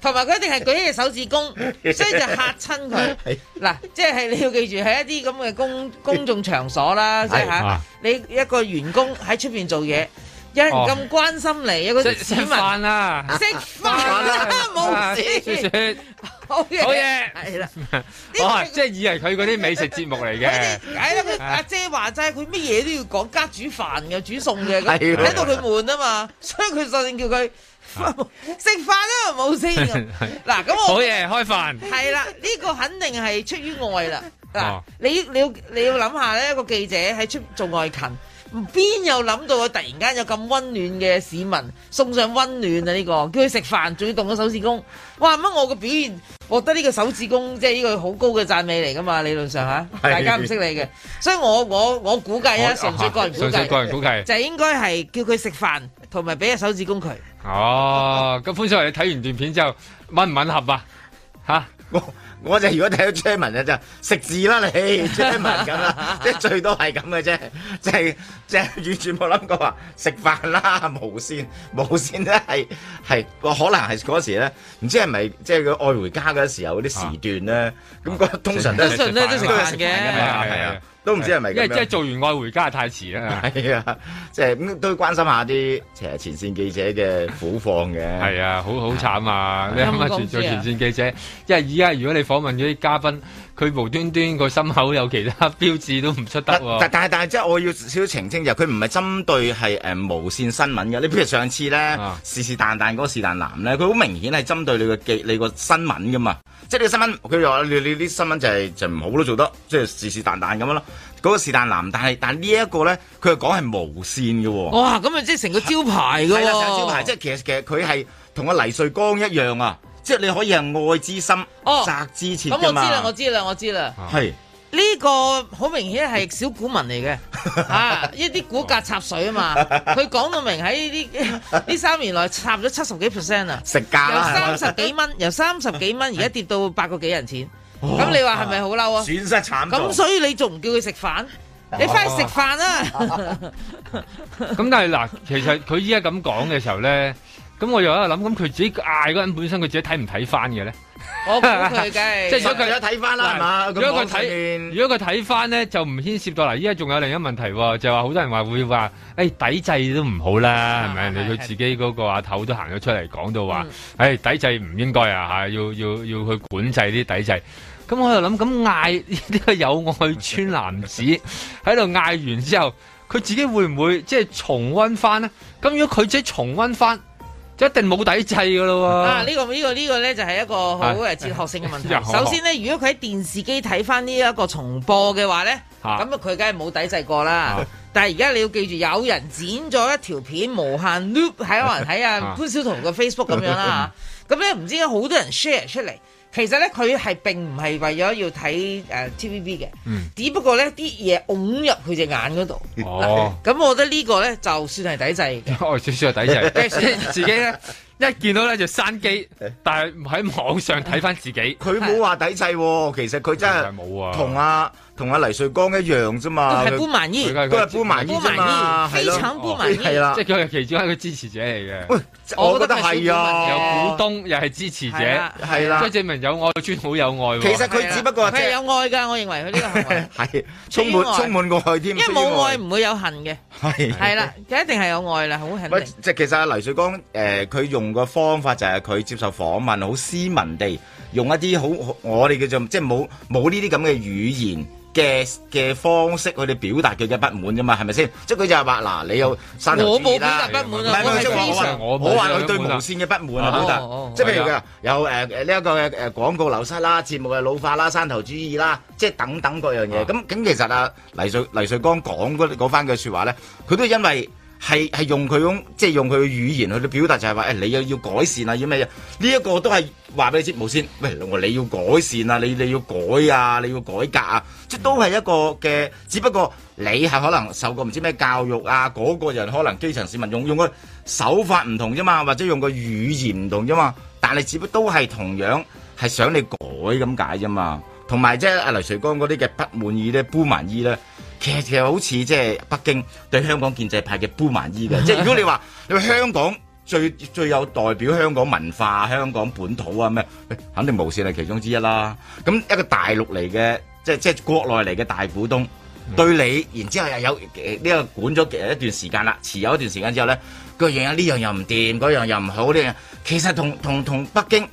S3: 同埋佢一定係舉起隻手
S6: [laughs]
S3: 指公，所以就嚇親佢。嗱，即係你要記住係一啲咁嘅
S6: [laughs]
S3: 公公眾場所啦，即係嚇
S2: 啊
S3: 你一個員工喺出邊做嘢，有人咁關心你，有個
S2: 食
S3: 市
S2: 食
S3: 民
S2: 飯啊啦！
S3: 食飯
S6: [laughs]
S3: 啦，冇
S2: 雪
S3: 事，
S2: 雪
S3: 好嘢，
S2: 好嘢
S3: 係啦，
S2: [laughs] 哇！
S3: 呢個
S2: 即係以為佢嗰啲美食節目嚟
S3: 佢哋
S2: 嘅，
S3: 係啦，佢哎啊
S2: 啊
S3: 阿姐話齋，佢乜嘢都要講，家煮飯嘅、煮餸
S2: [laughs]
S3: 嘅，咁
S6: 係啊
S3: 睇到佢悶啊嘛，所以佢索性叫佢 [laughs] 食飯啦，冇先
S2: [laughs]
S3: 咁。嗱，咁
S2: 啊好
S3: 我
S2: 嘢，開飯。
S3: 係啦，呢個肯定係出於愛啦。嗱
S2: 哦，
S3: 你你要你要諗下咧，一個記者喺出做外勤，邊有諗到佢突然間有咁温暖嘅市民送上温暖啊？呢個叫佢食飯，仲要動個手指公，哇！乜我嘅表現獲得呢個手指公，即係呢個好高嘅讚美嚟噶嘛？理論上嚇，
S6: 係
S3: 大家唔識你嘅，所以我我我估計啊，
S2: 我
S3: 純粹個人估
S2: 純粹個
S3: 計，
S2: 人估計。
S3: 就應該係叫佢食飯，同埋俾隻手指公佢。
S2: 哦，咁潘少華，你睇完段片之後吻唔吻合啊？吓，
S6: 我我就如果睇到 Chairman 咧，就食字啦你 Chairman 咁啦，即係最多係咁嘅啫，即係即係完全冇諗過話食飯啦 [laughs] 無線無線咧係係我可能係嗰時咧，唔知係咪即係佢愛回家嗰時候嗰啲時段咧，咁嗰通常都
S3: 通常咧都食
S6: 都係
S3: 飯
S6: 食飯㗎
S3: 嘅。
S6: 嘛，係啊，都唔知係咪
S2: 因
S6: 咁
S2: 為即係
S6: 樣。
S2: 做完愛回家太
S6: [laughs]
S2: 遲啦。
S6: 係啊，即係咁都關心下啲其實前線記者嘅苦況嘅。
S2: 係啊，好好慘啊！你
S3: 有冇
S2: 啱啱
S3: 工
S2: 全做
S3: 資啊
S2: 前線記者，因為而家如果你訪問咗啲嘉賓，佢無端端個心口有其他標誌都唔出得
S6: 但
S2: 喎
S6: 但。但係但係，即係我要少少澄清就係佢唔係針對係誒、呃無線新聞嘅。你譬如上次咧、
S2: 啊
S6: 是是但但嗰個是但男咧，佢好明顯係針對你個記你個新聞噶嘛。即係你個新聞，佢就話你你啲新聞就係、就唔好都做得即係是是但但咁樣咯。嗰、個是但男，但係但呢一個咧，佢係講係無線嘅喎。
S3: 哇，咁啊，即係成個招牌噶
S6: 係
S3: 喎。
S6: 啦，上招牌，即係其實其實佢係同個黎瑞剛一樣啊，即係你可以係愛之深，
S3: 哦
S6: 責之切
S3: 咁我
S6: 㗎
S3: 知啦，我
S6: 嘛。啊
S3: 知啦，啊我知啦。
S6: 係
S3: 呢個好明顯係小股民嚟嘅，
S6: [laughs]
S3: 啊，一啲股價插水啊嘛，佢講到明喺
S6: [laughs]
S3: 呢呢三年內插咗七十幾 percent 啊，
S6: 食價
S3: 由
S6: 啦，係嘛
S3: 三十幾蚊，由三十幾蚊而家跌到八個幾人錢，咁你話係咪好嬲啊？
S6: 損失慘
S3: 咁
S6: 重。哦
S3: 所以你仲唔叫佢食飯？你翻去食飯啊啦！
S6: [laughs]
S2: 咁但係嗱，其實佢依家咁講嘅時候咧，咁我又喺度諗，咁佢自己嗌嗰個人本身，佢自己睇唔睇翻嘅咧？
S3: 我估
S6: [laughs]
S3: 佢梗係
S2: 即係
S6: 如果佢而家睇翻啦，係
S7: 啊
S6: 嘛？
S2: 如果
S6: 咁
S2: 佢
S6: 網上面
S2: 睇，如果佢睇翻咧，就唔牽涉到啦。依家仲有另一個問題喎，就係話好多人話會話，誒抵制都唔好啦，係咪？人哋佢自己嗰個阿頭都行咗出嚟講到話，誒抵制唔應該啊嚇，要要要去管制啲抵制。咁我就諗，咁嗌呢個有愛村男子喺度嗌完之後，佢自己會唔會即係重温翻呢？咁如果佢自己重温翻，就一定冇抵制噶咯喎。 [laughs]
S3: 啊！呢、個呢、個呢、個咧就係一個好誒哲學性啊嘅問
S2: 又
S3: 題。
S2: 好
S3: 首先咧，如果佢喺電視機睇翻呢一個重播嘅話咧，
S2: 啊
S3: 咁啊佢啊梗係冇抵制過啦。但係而家你要記住，有人剪咗一條片無限 loop 喺可能喺啊
S2: 啊
S3: 潘小桃嘅 Facebook 咁樣 [laughs] 啦嚇，咁咧唔知點解好多人 share 出嚟。其實咧，佢係並唔係為咗要睇誒 TVB 嘅，只不過咧啲嘢㧬入佢隻眼嗰度。
S2: 哦。
S3: 咁我覺得呢個咧就算係抵制嘅。
S2: 我少啊少係抵制，即係自己咧一見到咧就閂機，但係喺網上睇翻自己。
S6: 佢冇話抵制喎，其實佢真
S2: 其實
S6: 係
S2: 冇啊
S6: 同阿同阿黎瑞剛一樣啫
S3: 都係
S6: 嘛，啊佢
S3: 搬萬衣，
S2: 佢
S6: 都係搬埋
S2: 搬
S6: 衣
S3: 搬
S6: 啫
S3: 萬
S6: 嘛，
S3: 衣，
S6: 係
S3: 非
S6: 咯哦
S3: 常搬萬衣。
S6: 係啦
S2: 即係。佢係其中一個支持者嚟嘅，
S6: 喂，我覺得係
S2: 有
S6: 啊
S2: 股，東又係支持者，
S3: 係啊
S2: 即
S6: 係啦
S2: 係。證明有愛村好有愛喎。
S6: 其實佢只不
S3: 佢係
S6: 過
S3: 啊
S6: 係
S3: 有愛㗎，我認為佢呢個行為，
S6: 係充滿充滿個愛添，
S3: [laughs] 因為冇愛唔會有恨嘅，
S6: 係
S3: 係啦，佢一定係有愛啦，好肯
S6: 喂，
S3: 定。
S6: 即係其實阿黎瑞剛誒，呃佢、用個方法就係佢接受訪問，好斯文地用一啲好好我哋叫做即係冇冇呢啲咁嘅語言。嘅嘅方式，佢哋表達佢嘅不滿啫嘛，係咪先？即係佢就係話嗱，你有山頭
S3: 我
S6: 主義
S3: 冇表，
S6: 啦
S3: 達不滿
S6: 唔係
S3: 啊，
S6: 唔
S3: 我
S6: 係，即係
S3: 係
S6: 話
S3: 非
S6: 我話
S3: 常。
S2: 我
S6: 我
S2: 冇
S6: 話
S2: 表
S6: 佢
S2: 達
S6: 對
S2: 不
S6: 無
S2: 滿啊
S6: 線嘅不滿
S2: 哦
S6: 啊，表達
S3: 哦哦，
S6: 即係譬如佢話有誒誒呢一個誒誒廣告流失啦、節目嘅老化啦、山頭主義啦，即係等等各樣嘢。
S2: 啊
S6: 咁咁其實啊，黎瑞黎瑞剛講嗰嗰番嘅説話咧，佢都因為。係係用佢種即係用佢嘅語言去到表達，就係話誒你又要改善啊，要咩嘢？呢、一個都係話俾你知無線，喂我你要改善啊，你你要改啊，你要改革啊，即係都係一個嘅，只不過你係可能受過唔知咩教育啊，嗰、個人可能基層市民用用個手法唔同啫嘛，或者用個語言唔同啫嘛，但係只不過都係同樣係想你改咁解啫嘛。同埋即係阿黎瑞剛嗰啲嘅不滿意咧、不滿意咧，其實其實好似即係北京對香港建制派嘅不滿意嘅。即係如果你話你話香港最最有代表香港文化、香港本土啊咩，肯定無線係其中之一啦。咁一個大陸嚟嘅，即係即係國內嚟嘅大股東。
S2: 嗯
S6: 對你，然之後又有呢、個管咗一段時間啦，持有一段時間之後咧，佢樣呢樣又唔掂，嗰樣又唔好呢樣，其實同同同北京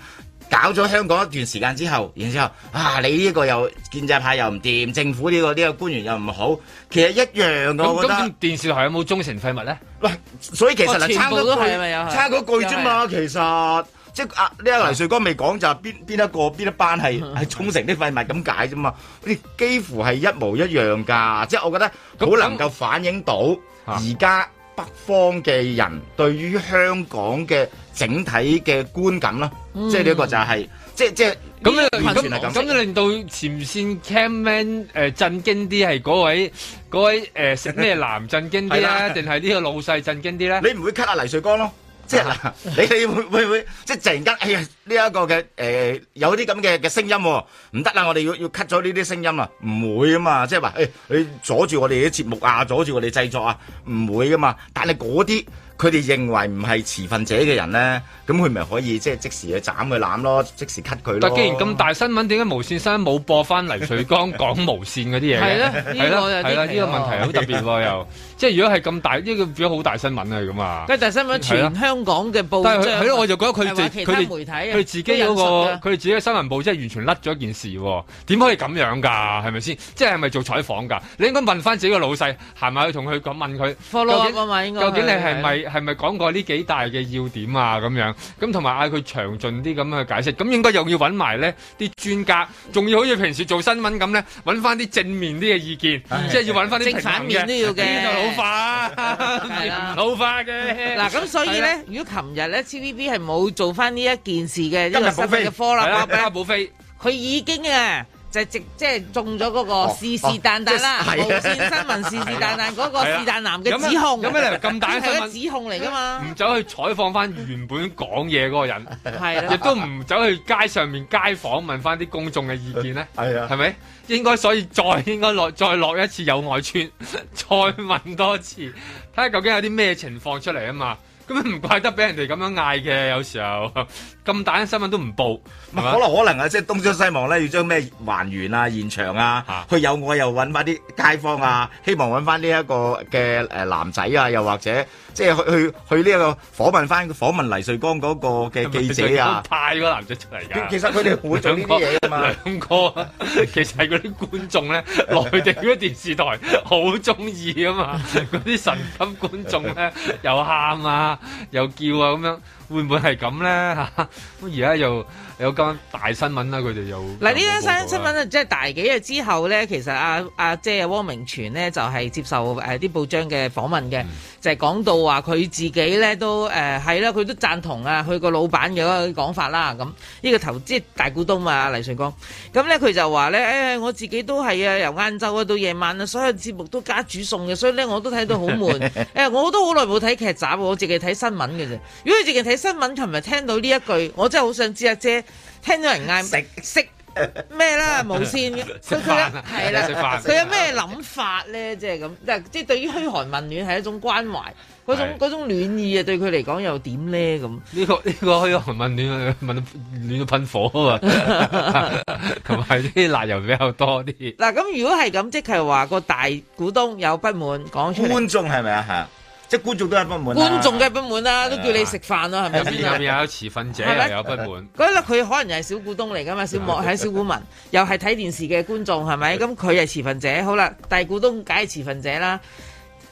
S6: 搞咗香港一段時間之後，然之後啊，你呢個又建制派又唔掂，政府呢、個呢、個官員又唔好，其實一樣嘅，我
S2: 咁
S6: 覺
S2: 咁
S6: 得。
S2: 電視台有冇忠誠廢物咧？
S6: 喂，所以其實
S3: 哦
S6: 嗱，
S3: 全
S6: 差
S3: 部
S6: 嗰
S3: 都
S6: 句
S3: 係咪又係，
S6: 差嗰句啫嘛，其實。即係啊！呢個黎瑞剛未講就係邊邊一個邊一班係係忠誠啲廢物咁解啫嘛，你幾乎係一模一樣㗎。即係我覺得好
S2: 咁
S6: 能夠反映到而家北方嘅人對於香港嘅整體嘅觀感啦。即係呢一個就係即係即係
S2: 咁你
S6: 完全係咁。
S2: 咁咁你令到前線 camman 誒震驚啲係嗰位嗰位誒食咩男震驚啲啊
S6: 係啦
S2: 咧，定係呢個老細震驚啲咧？
S6: 你唔會 cut 阿黎瑞剛咯？即係嗱， [laughs] 你你會會唔會即係突然間，哎呀呢一個嘅誒有啲咁嘅嘅聲音喎，唔得啦，我哋要要 cut 咗呢啲聲音啊，唔會啊嘛，即係話誒你阻住我哋啲節目啊，阻住我哋製作啊，唔會噶嘛。但係嗰啲佢哋認為唔係持份者嘅人咧，咁佢咪可以即係即時去斬佢攬咯，即時 cut 佢咯。
S2: 但既然咁大新聞，點解無線新聞冇播翻黎水剛講無線嗰啲嘢嘅？
S3: 係呢呢個有啲
S2: 係啦係啦，呢
S3: 奇
S2: 個
S3: 喎
S2: 問題好特別喎又，即係如果係咁大，呢個變咗好大新聞啊咁啊！
S3: 佢大新聞全香港嘅報
S2: 但係
S3: 章
S2: 佢
S3: 啊，
S2: 係咯，我就覺得佢
S3: 係
S2: 哋
S3: 話其
S2: 佢
S3: 他
S2: 哋
S3: 媒體啊
S2: 佢哋自己嗰個
S3: 都有信㗎
S2: 佢哋自己嘅新聞部，即係完全甩咗件事喎。點可以咁樣㗎？係咪先？即係係咪做採訪㗎？你應該問翻自己個老細，行埋去同佢講問佢
S3: Follow up
S2: 究竟
S3: 啊嘛應該係
S2: 究竟你係咪係咪講過呢幾大嘅要點啊？咁樣咁同埋嗌佢詳盡啲咁去解釋。咁應該又要揾埋咧啲專家，仲要好似平時做新聞咁咧，揾翻啲正面啲嘅意見，即係要揾翻啲
S3: 正
S2: 平衡
S3: 反面
S2: 嘅
S3: 都要嘅
S2: 呢就老化，
S3: 係啦
S2: 老化嘅
S3: 嗱，咁所以
S2: 係啦
S3: 咧，如果琴日咧 TVB 係冇做翻呢一件事嘅呢
S2: 今日
S3: 個
S2: 冇
S3: 新
S2: 飛
S3: 聞嘅科
S2: 係
S3: 啦
S2: 啦，，阿寶飛。
S3: 佢已經啊。就直即係中咗嗰個
S6: 哦
S3: 是是但但啦，
S6: 哦即係
S3: 無
S6: 係啊
S3: 線新聞是是但但嗰個
S2: 係啊
S3: 是但男嘅
S2: 有咩
S3: 指控，
S2: 有咩理由咁
S3: [laughs]
S2: 大
S3: 呢
S2: 嘅
S3: 係一個
S2: 新聞
S3: 指控嚟㗎嘛？
S2: 唔走去採訪翻原本講嘢嗰個人，
S3: 係
S2: 亦
S3: 啦，
S2: 都唔走去街上面街訪問翻啲公眾嘅意見咧，
S6: 係啊
S2: 係咪？應該所以再 [laughs] 應該落再落一次友愛村， [laughs] 再問多次，睇下究竟有啲咩情況出嚟啊嘛。咁唔怪得俾人哋咁樣嗌嘅，有時候咁大單新聞都唔報，
S6: 唔
S2: 係
S6: 係可
S2: 嘛？
S6: 能可能啊，即係東張西望咧，要將咩還原啊、現場啊
S2: 啊，
S6: 去有我又揾翻啲街坊啊，希望揾翻呢一個嘅誒男仔啊，又或者即係去去去呢一個訪問翻訪問黎瑞剛嗰個
S2: [laughs]
S6: 嘅記者啊。
S2: 派嗰個男仔出嚟㗎。
S6: 其實佢哋會做呢啲嘢噶嘛，
S2: 兩個 [laughs] 其實係嗰啲觀
S6: [laughs]
S2: 眾咧，內地嗰啲電視台 [laughs] 好中意啊嘛，嗰啲神級觀眾咧
S6: [laughs]
S2: 又喊啊，又叫啊咁樣，會唔會係咁咧嚇？ [laughs] 咁而家又有間大新聞啦，佢哋又
S3: 嗱呢單新新聞啊
S2: 咧，
S3: 咧，即係大幾日之後咧，其實阿阿即係汪明荃咧就係接受誒啲報章嘅訪問嘅，就係講到話佢自己咧都誒係啦，佢都贊同啊佢個老闆嘅嗰個講法啦，咁呢個投資大股東啊黎瑞剛，咁咧佢就話咧誒我自己都係啊由晏晝啊到夜晚啊，所有節目都加煮餸嘅，所以咧我都睇到好悶，誒我都好耐冇睇劇集喎，我淨係睇新聞嘅啫。如果你淨係睇新聞，琴日聽到呢一句，我真係好想知阿姐聽到人嗌食食。咩啦，無 [laughs] 線嘅，
S2: 食
S3: 佢
S2: 飯
S3: 佢
S2: 啊
S3: 係
S2: 食飯
S3: 啦，佢有咩諗法咧？即係咁，嗱，即係對於噓寒問暖係一種關懷，嗰種
S2: 係
S3: 嗰種暖意啊，對佢嚟講又點咧？咁
S2: 呢個呢個可以問暖問到暖到噴
S3: [laughs]
S2: 火啊 [laughs] 嘛，同埋啲辣油比較多啲。
S3: 嗱，咁如果係咁，即係話個大股東有不滿講出嚟，
S6: 觀眾係咪啊？嚇，即係觀眾都係不滿啊。
S3: 觀眾嘅不滿啦，都叫你食飯啦，係咪
S2: 入
S3: 先
S2: 面
S3: 啊
S2: 入？面有持份者
S3: 係咪
S2: 又有不滿。
S3: 嗰粒佢可能又係小股東嚟噶嘛，小
S2: [laughs]
S3: 幕喺小股民，又係睇電視嘅觀眾係咪？咁佢係持份者，好啦，大股東梗係持份者啦。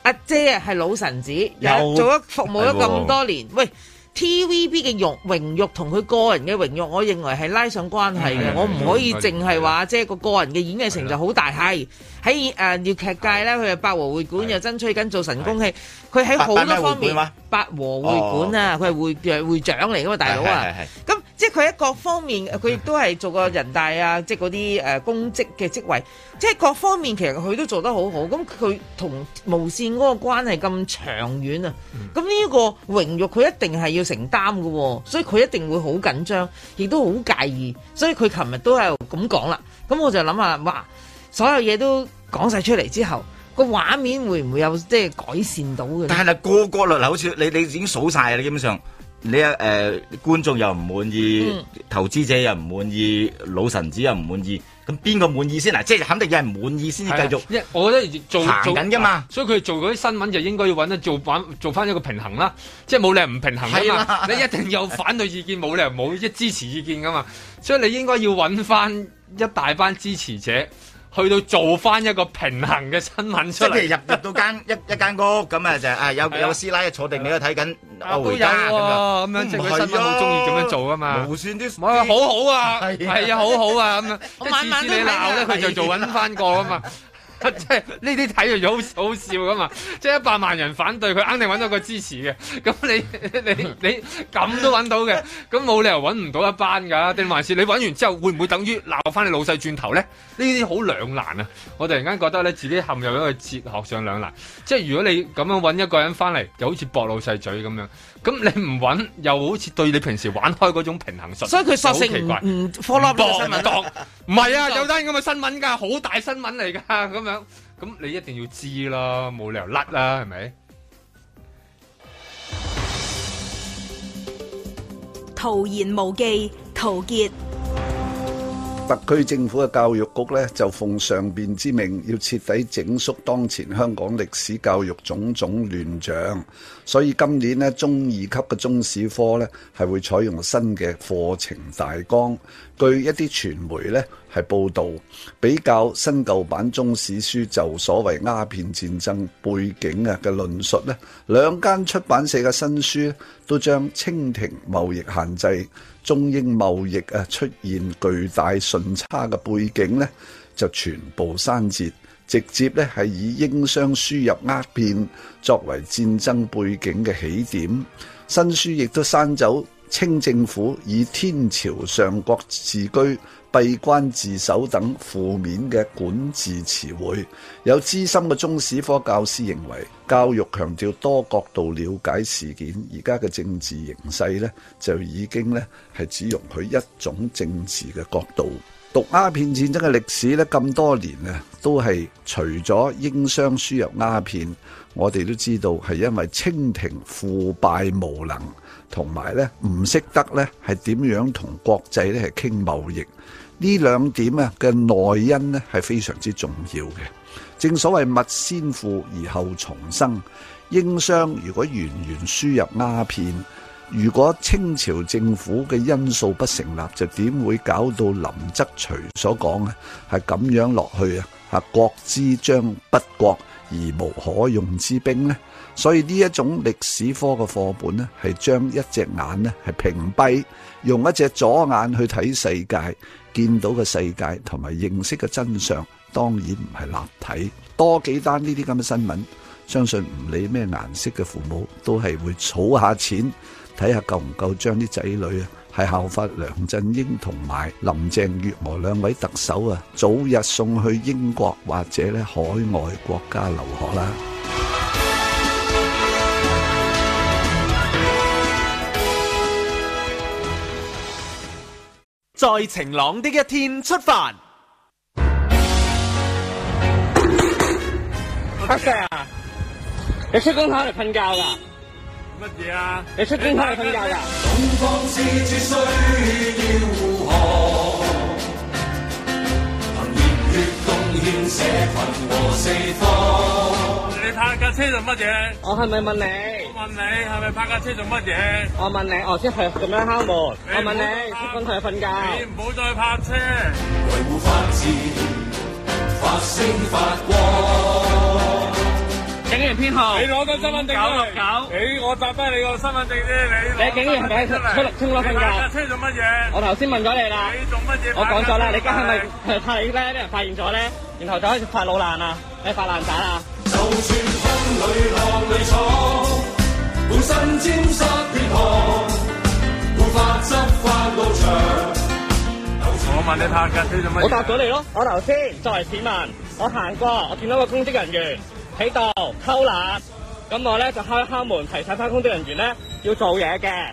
S3: 阿姐啊係老臣子，
S6: 有
S3: 又做咗服務咗
S6: 係喎
S3: 咁多年，喂，TVB 嘅榮榮辱同佢個人嘅榮辱，我認為係拉上關係嘅。我唔可以淨係話即係個個人嘅演藝成就好大，係喺誒呃粵劇界咧，佢係百和會館又爭取緊做神功戲，佢喺好
S6: 百百
S3: 多
S6: 咩
S3: 方
S6: 會館
S3: 面
S6: 嗎，
S3: 百和會
S5: 哦
S3: 館啊，佢係會會長嚟噶嘛，大佬啊
S6: 哦係係係。嗯
S3: 咁即係佢喺各方面，佢亦都係做過人大啊，即係嗰啲誒公職嘅職位，即係各方面其實佢都做得好好。咁佢同無線嗰個關係咁長遠啊，
S6: 嗯
S3: 咁呢個榮辱佢一定係要承擔嘅喎，所以佢一定會好緊張，亦都好介意。所以佢琴日都係咁講啦。咁我就諗下，哇！所有嘢都講晒出嚟之後，個畫面會唔會有即係改善到嘅呢？
S6: 但係個個律好似你你已經數晒啦，基本上你啊誒、呃、觀眾又唔滿意，
S3: 嗯
S6: 投資者又唔滿意，老臣子又唔滿意，咁邊個滿意先啊嗱？即係肯定有人滿意先至繼續。
S2: 哎因為我覺得做
S6: 行
S2: 做
S6: 緊㗎嘛
S2: 所以佢做嗰啲新聞就應該要揾得做反做翻一個平衡啦，即係冇理由唔平衡㗎
S6: 係啦
S2: 嘛，你一定有反對意見，冇理由冇一支持意見㗎嘛，所以你應該要揾翻一大班支持者去到做翻一個平衡嘅新聞
S6: 即
S2: 出
S6: 係譬
S2: 嚟。
S6: 如入入到間一一間屋咁啊，就啊有有個師奶坐定你喺度睇緊
S2: 啊
S6: 我
S2: 都
S6: 回
S2: 有
S6: 家咁樣，
S2: 喎，咁樣即係
S6: 唔
S2: 佢
S6: 係啊
S2: 新聞好中意咁樣做啊嘛。
S6: 無線啲
S2: 唔係好好啊，
S6: 係啊
S2: 係啊，好好啊咁樣。
S3: 我晚晚
S2: 即係次次
S3: 都
S2: 你
S3: 睇啊
S2: 鬧咧，佢就做揾翻個啊嘛。 [laughs] 即係呢啲睇就好好笑噶嘛，即係一百萬人反對佢，肯定揾到個支持嘅。咁你你你咁都揾到嘅，咁冇理由揾唔到一班㗎。定還是你揾完之後，會唔會等於鬧翻你老細轉頭咧？呢啲好兩難啊！我突然間覺得咧，自己陷入一個哲學上兩難。即係如果你咁樣揾一個人翻嚟，就好似駁老細嘴咁樣。咁你唔揾，又好似對你平時玩開嗰種平衡術，
S3: 所以佢索
S2: 好奇
S3: 性唔嗯
S2: 怪
S3: 唔 follow 呢個新聞。
S2: 當唔係啊，有單咁嘅新聞㗎，好大新聞嚟㗎， [laughs] 咁樣咁你一定要知啦，冇理由甩啦，係咪？
S10: 徒言無忌，陶傑。
S11: 特區政府嘅教育局呢，就奉上邊之命，要徹底整肅當前香港歷史教育種種亂象，所以今年呢，中二級嘅中史科呢，係會採用新嘅課程大綱。據一啲傳媒呢，係報導，比較新舊版中史書就所謂鴉片戰爭背景啊嘅論述呢，兩間出版社嘅新書呢都將清廷貿易限制、中英貿易啊出現巨大順差嘅背景呢，就全部刪節，直接呢係以英商輸入鴉片作為戰爭背景嘅起點。新書亦都刪走清政府以天朝上國自居、閉關自守等負面嘅管治詞彙。有資深嘅中史科教師認為，教育強調多角度了解事件，而家嘅政治形勢呢，就已經呢係只容許一種政治嘅角度。讀鴉片戰爭嘅歷史咧，咁多年啊，都係除咗英商輸入鴉片，我哋都知道係因為清廷腐敗無能，同埋咧唔識得咧係點樣同國際咧係傾貿易。呢兩點啊嘅內因咧係非常之重要嘅。正所謂物先腐而後蟲生，英商如果源源輸入鴉片。如果清朝政府嘅因素不成立，就點會搞到林則徐所講啊？係咁樣落去啊？啊，國之將不國，而無可用之兵呢？所以呢一種歷史科嘅課本呢，係將一隻眼呢係屏蔽，用一隻左眼去睇世界，見到嘅世界同埋認識嘅真相，當然唔係立體。多幾單呢啲咁嘅新聞。相信唔理咩顏色嘅父母，都係會儲下錢，睇下夠唔夠將啲仔女啊，係效法梁振英同埋林鄭月娥兩位特首啊，早日送去英國或者咧海外國家留學啦。
S5: 在晴朗的一天出發。
S12: 阿 Sir 啊，你出公口嚟瞓覺噶？乜嘢啊？你出公口嚟瞓覺噶？東方之珠需要護航，憑熱血貢獻社群和四方。你泊架車做乜嘢？我係咪問你？我問你係咪泊架車做乜嘢？我問你，我先係咁樣敲門。我問你，出公口嚟瞓覺。你唔好再泊車。維護法治。發聲發光。警員編號，你攞張身份證九六九，你我摘低你個身份證啫，你你警員俾出嚟衝落瞓覺，架車做乜嘢？我頭先問咗你啦，你做乜嘢？我講咗啦，你而家係咪怕你咧？啲人發現咗咧，然後就開始發老爛啊，你發爛渣啊！就算風裏浪裏闖，本身沾濕血汗，沒法執法路長。我問你拍架車做乜？我啊答咗你咯。我頭先作為市民，我行過，我見到個公職人員喺度偷懶，咁我咧就敲一敲門提醒翻公職人員咧要做嘢嘅，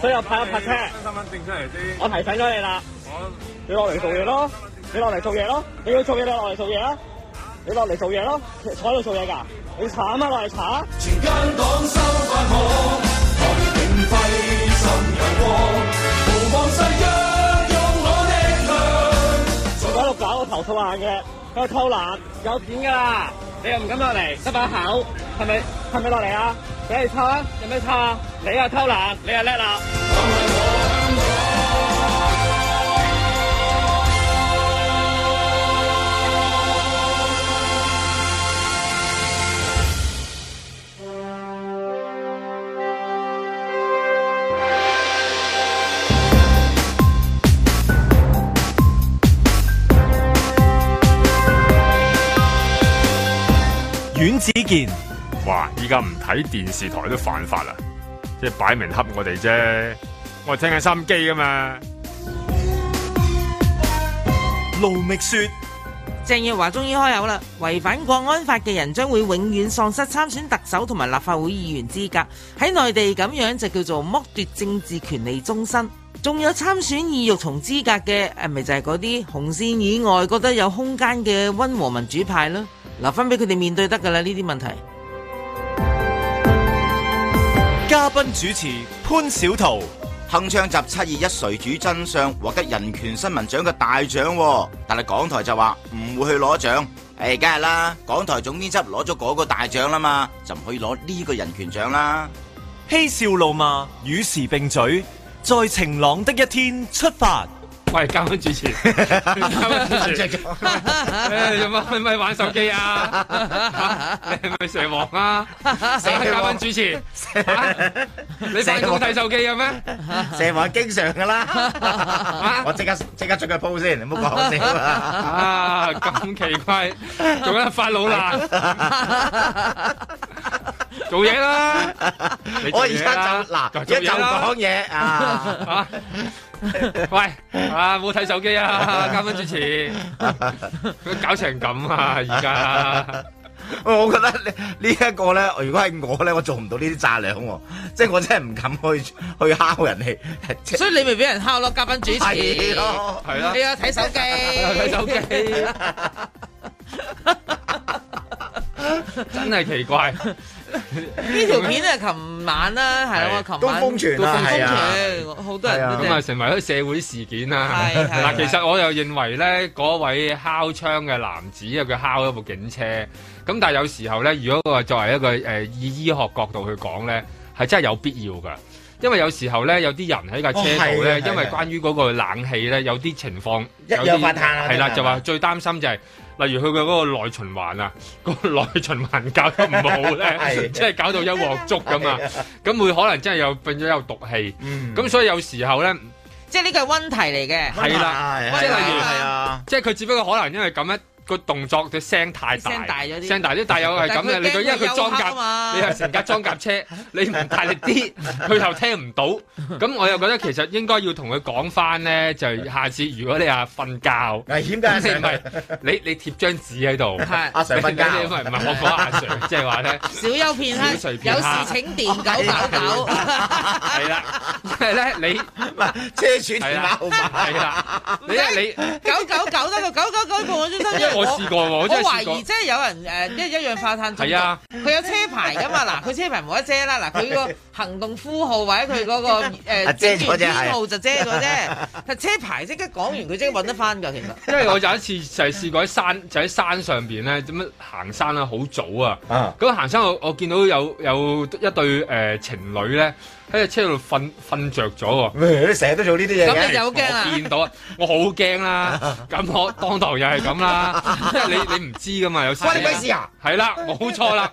S12: 所以我拍一拍車。身份證出嚟先。我提醒咗你啦。我你落嚟做嘢咯，你落嚟做嘢咯，你要做嘢你落嚟做嘢啦，你落嚟做嘢咯，坐喺度做嘢㗎，你查啊嘛落嚟查。全間黨收飯殼，學業並非心陽光，無望世一用我。做九六九，我投訴硬嘅，佢偷懶，有錢噶啦，你又唔敢落嚟，得把口，係咪係咪落嚟啊？俾你抄啊，有咩抄啊？你又偷懶，你又叻啦。
S13: Hãy subscribe cho kênh Ghiền Mì Gõ Để không bỏ lỡ
S1: 阮子健。
S13: 哇！依家唔睇電視台都犯法啦，即係擺明恰我哋啫。我哋聽緊收音機噶嘛。
S1: 卢觅雪、
S3: 鄭若華終於開口啦，違反國安法嘅人將會永遠喪失參選特首同埋立法會議員資格。喺內地咁樣就叫做剝奪政治權利終身。仲有參選意欲同資格嘅，誒咪就係嗰啲紅線以外覺得有空間嘅温和民主派咯，留翻俾佢哋面對得㗎啦呢啲
S2: [laughs]
S3: 問題。
S1: 嘉賓主持潘小桃，
S4: 鏗鏘集七二一誰主真相獲得人權新聞獎嘅大獎、喎，但係港台就話唔會去攞獎。誒，梗係啦，港台總編輯攞咗嗰個大獎啦嘛，就唔可以攞呢個人權
S2: [laughs]
S4: 獎啦。
S1: 嬉笑怒罵，與時並舉，在晴朗的一天出發。
S2: 喂，嘉賓
S6: [laughs]
S2: 主持，誒哎有冇係咪玩手機
S13: [laughs]
S2: 啊？你係咪蛇王啊？
S6: 蛇王
S2: 嘉賓
S13: [laughs]
S2: 主持，啊你辦公睇手機嘅咩？
S6: 蛇王經常
S2: [laughs]
S6: 噶啦，我即刻即刻出佢 po 先，唔好講笑啊！
S2: 啊，咁奇怪，仲喺度發老難，做
S13: [laughs]
S2: 嘢啦！
S6: 我
S2: 你做
S6: 而
S2: 嘢
S6: 家
S2: 啦
S6: 就嗱，
S2: 做
S6: 一
S2: 嘢
S6: 就
S2: 啦
S6: 講嘢啊！
S2: 啊！喂，啊冇睇手機啊，嘉賓主持，佢搞成咁啊，而
S6: [laughs]
S2: 家
S6: [laughs] 我覺得呢呢一個咧，如果係我咧，我做唔到呢啲炸兩喎，即係我真係唔敢去去敲人
S2: [laughs]
S6: 哋。即係
S3: 所以你咪俾人敲咯，嘉賓主持。
S6: 係咯係咯
S3: 你有睇手機，
S2: 啊 [laughs] 睇手機真係奇怪。
S3: 呢條片啊，琴晚啦，係啊，我琴晚
S2: 都瘋傳啦
S3: 都瘋
S2: 係啊
S3: 傳好多人都
S2: 咁啊，
S3: 掟
S2: 成為咗社會事件啦。
S3: 係係
S2: 嗱，
S3: 係
S2: 其實我又認為咧，嗰位敲窗嘅男子啊，佢敲一部警車。咁但係有時候咧，如果話作為一個誒、呃以醫學角度去講咧，係真係有必要㗎。因為有時候咧，有啲人喺架車
S6: 哦
S2: 度
S6: 係啊
S2: 咧，
S6: 係啊
S2: 因為關於嗰個冷氣咧，有啲情況
S6: 一氧
S2: 有啲
S6: 化碳啊
S2: 係啦，
S6: 定係
S2: 就話最擔心就係、例如佢嘅嗰個內循環啊，嗰個內循環搞得唔好咧，
S6: 係
S2: 即係搞到一鍋粥咁啊
S6: 係啊，
S2: 咁會可能真係有變咗有毒氣。
S6: 嗯
S2: 咁所以有時候咧，
S3: 即係呢個係温題嚟嘅。啊
S2: 係啦，即係例如
S6: 係啊，
S2: 即係佢只不過可能因為咁一個動作嘅聲太大，
S3: 聲大咗啲
S2: 聲大啲，但又係咁嘅。
S3: 但佢
S2: 你佢
S3: 驚
S2: 因為佢裝
S3: 佢有黑啊嘛
S2: 甲，你係成架裝
S6: [laughs]
S2: 甲車，你唔大力啲，佢又聽唔到。咁我又覺得其實應該要同佢講翻咧，就係下次如果你啊瞓覺，
S6: 危險㗎
S2: 咁你咪你你貼張紙喺度
S3: 係，
S6: 阿 Sir 瞓覺
S2: 你你咪唔係我講阿 Sir，即係話咧。
S3: 小休片刻，
S2: 小睡
S3: 有
S2: 片刻
S3: 時請
S2: [laughs]
S3: 電九
S2: 啊
S3: 九九。
S2: 係啦，係咧
S6: [laughs]
S2: 你
S6: 唔係車主電話號碼
S2: 係啦，你一
S3: [laughs]
S2: 你。
S3: 九九九得個九九九部，我真
S2: 因為
S3: 係
S2: 我試過喎我真係
S3: 懷
S2: 試過
S3: 疑真係有人誒，即係一氧化碳中毒。
S2: 係啊
S3: 佢有車牌噶嘛？嗱，佢車牌冇得遮啦。嗱，
S2: [laughs]
S3: 佢個行動呼號或者佢嗰個
S2: 啊
S3: 誒
S2: 遮咗啫
S3: 警員編號
S2: 係
S3: 就遮咗
S6: [laughs]
S3: 啫。但車牌即刻講完，佢即刻揾得翻㗎。其實
S2: 因為我有一次就係試過喺山，就喺山上邊咧，點樣行山啦，好早啊
S6: 啊。
S2: 咁行山我我見到有有一對誒、呃情侶咧喺車度瞓瞓着咗喎。
S6: 喂你成日都做呢啲嘢嘅。
S2: 我見到啊，我好驚
S3: [laughs]
S2: 啦。咁我當堂又係咁啦，因為你你唔知噶嘛，有時
S6: 關你鬼事啊！
S2: 係啦，冇錯啦。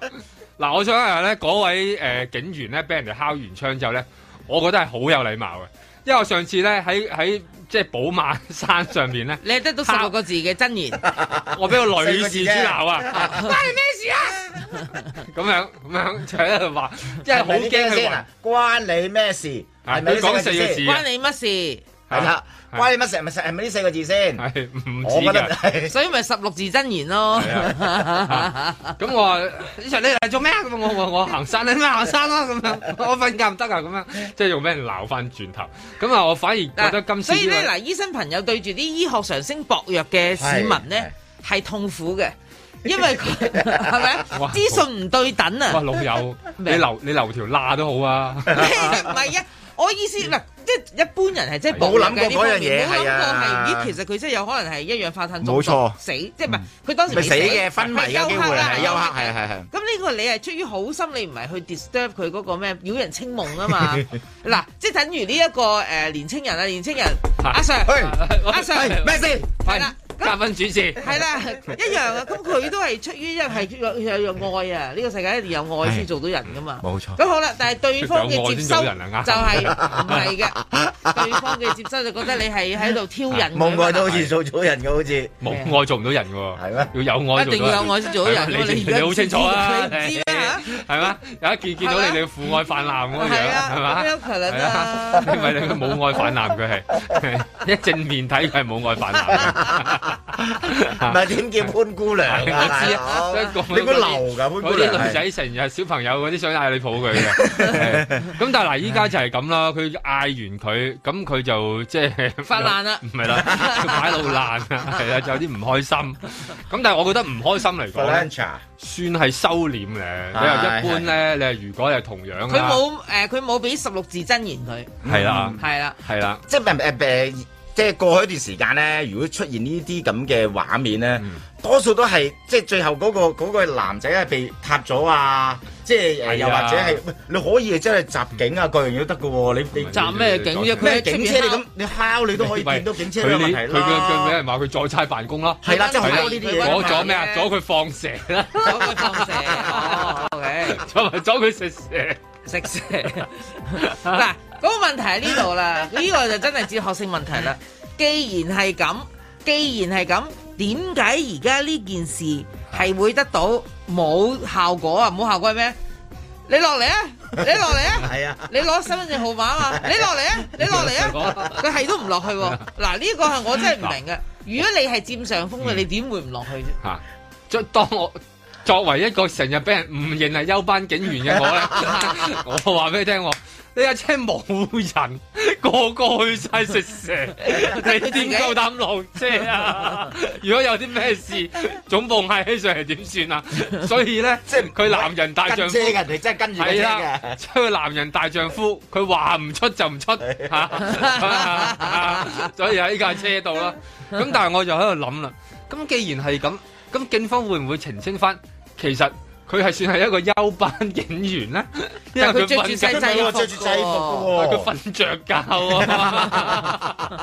S2: 嗱，我想話咧，嗰位誒、呃警員咧，俾人哋敲完槍之後咧，我覺得係好有禮貌嘅，因為我上次咧喺喺即係寶馬山上面咧。
S3: 你係得到十六個字嘅真言，
S2: [laughs] 我俾個女士之
S3: [laughs]
S2: 鬧啊！
S3: 關你咩事啊？
S2: 咁樣咁樣就喺度話，即係好驚
S6: 係咪呢啲
S2: 佢
S6: 先
S2: 暈
S6: 啊，關你咩事？係咪呢
S2: 佢講
S6: 四個
S2: 四個字
S6: 字
S2: 啊
S6: 先？
S3: 關你乜事？
S6: 係啦，關你乜事？係咪係咪呢四個字先？
S2: 係唔
S6: 我覺
S2: 止
S6: 得
S2: 㗎。
S3: 所以咪十六字真言咯。 [laughs]
S2: 咁我話：呢場你嚟做咩啊？咁我我我行山啊你咩行山啦？咁
S3: [laughs]
S2: 樣我瞓覺唔得啊？咁樣即係用俾人鬧翻轉頭。咁啊，我反而覺得今次
S3: 所以咧
S2: 呢
S3: 嗱，醫生朋友對住啲醫學常識薄弱嘅市民咧，係痛苦 [laughs] 嘅，因為佢係咪
S2: 哇
S3: 資訊唔對等
S2: 位哇
S3: 啊？
S2: 老友，你
S3: 咩
S2: 留你留條罅都好
S3: [laughs]
S2: 啊！
S3: 唔係 [laughs] 啊，我意思嗱，即係一般人係真係薄
S6: 冇
S3: 弱
S6: 諗
S3: 嘅呢
S6: 過嗰樣
S3: 方面
S6: 嘢
S3: 冇諗
S6: 係啊
S3: 過係咦，其實佢真係有可能係一氧化碳中毒
S6: 冇錯
S3: 死，即係唔係佢當時
S6: 咪
S3: 未
S6: 死嘅昏迷
S3: 係
S6: 嘅機
S3: 休
S6: 會
S3: 克啦
S6: 係休克，係係係。
S3: 咁呢個你係出於好心，你唔係去 disturb 佢嗰個咩擾人清夢啊 [laughs] 嘛？嗱，即係
S2: [laughs]
S3: 等於呢一個誒年青人啊，年青人阿 Sir，阿 Sir
S6: 喂咩事？
S3: 係啦，
S2: 嘉賓主持
S3: 係啦，一樣啊！咁佢都係出於一係有有有愛啊！呢個世界一定有愛先做到人噶嘛。
S6: 冇錯
S3: 咁好啦，但係對方嘅接收
S6: 有愛先做到人啊啱
S3: 就係唔係嘅？對方嘅接收就覺得你係喺度
S6: À,
S3: 挑人佢啊
S6: 冇
S3: 嘛
S6: 愛都好似做咗人嘅，好似
S2: 冇愛做唔到人嘅喎，
S6: 係咩？
S2: 要有愛
S3: 一
S2: 做到人
S3: 定要有愛先做到人
S2: 係
S3: 㗎
S2: 咪
S3: 你
S2: 你
S3: 而家
S2: 你好清楚啊，
S3: 你唔知咩
S2: 係嘛？有一見見到你，你父愛泛濫嗰樣
S3: 係啊
S2: 係嘛？
S3: 咁有可能
S2: 係
S3: 啊
S2: 啊，因為你佢冇愛泛濫，佢係 [laughs] 一正面睇佢係冇愛泛濫。
S6: [laughs] 唔係點叫潘姑娘啊
S2: 係我知
S6: 大佬
S2: 啊，即係講
S6: 你估
S2: 嗰啲
S6: 流㗎潘姑娘
S2: 嗰啲女仔成日小朋友嗰啲想嗌你
S6: [laughs]
S2: 抱佢嘅。係咁但係嗱，依家就係咁啦，佢嗌完佢，咁佢就即係
S3: 發爛啦
S2: 唔係啦，擺到爛啊，係啊，就有啲唔開心。咁但係我覺得唔開心嚟講呢
S6: Valencia
S2: 算係收斂咧。你話一般咧，你係如果係同
S6: 啊
S2: 樣啊
S3: 佢
S2: 啦，
S3: 冇誒，佢冇俾十六字真言佢。嗯
S2: 係啦
S3: 係啦。
S2: 係啦。
S6: 即係誒誒，即係過去一段時間咧，如果出現呢啲咁嘅畫面咧，多數都係即係最後嗰、個嗰個男仔係被撻咗啊！即係誒，又
S2: 係啊
S6: 或者係喂你可以真係襲警啊，各樣嘢都得嘅喎。你你
S2: 襲咩警啫
S6: 咩
S2: 佢喺出
S6: 警
S2: 面
S6: 車你
S2: 敲
S6: 咁你敲你都可以見到警車
S2: 佢
S6: 嘅問
S2: 連
S6: 題
S2: 佢嘅
S6: 啦。
S2: 佢俾人話佢在差辦公啦，
S6: 係啦即係好多呢啲嘢
S2: 阻咗咩啊？阻佢放蛇啦，阻
S3: 佢放蛇，哦，OK，
S2: 阻埋 [laughs] 阻佢食蛇，
S3: 食蛇。
S2: 啊
S3: 嗱，嗰個問題喺呢度
S2: [laughs]
S3: 啦，呢個就真係哲學性問題啦。既然係咁，既然係咁，點解而家呢件事係會得到冇效果啊？冇效果係咩？你落嚟啊！你落
S2: [laughs]
S3: 嚟啊！
S6: 係啊！
S3: 你攞身份證號碼啊嘛！你落嚟啊！你落嚟啊！佢係都唔落去
S2: [laughs]
S3: 喎。嗱，呢個係我真係唔明嘅。如果你係佔上風
S2: 嗯
S3: 嘅，你點會唔落去啫？
S2: 嚇！即當我作為一個成日俾人誤認係休班警員嘅我咧，
S3: [laughs]
S2: 我話俾你聽我。呢架車冇人，個個去晒食蛇，你點夠膽落車啊？ [laughs] 如果有啲咩事，總部嗌起上嚟點算
S6: [laughs]
S2: 啊？所以咧，即係佢男人大丈夫，
S6: 跟車嘅人哋真係跟住個車嘅
S2: 係啦，即係佢男人大丈夫，佢話唔出就唔出嚇， [laughs] 所以喺架車度啦。咁但係我就喺度諗啦，咁既然係咁，咁警方會唔會澄清翻？其實佢係算係一個休班警員咧，因為
S3: 但佢着
S2: 瞓
S3: 住
S2: 緊
S3: 西制服喎
S6: 着住制服嘅喎
S2: 但係佢瞓着覺
S6: [laughs]
S2: [laughs] 啊。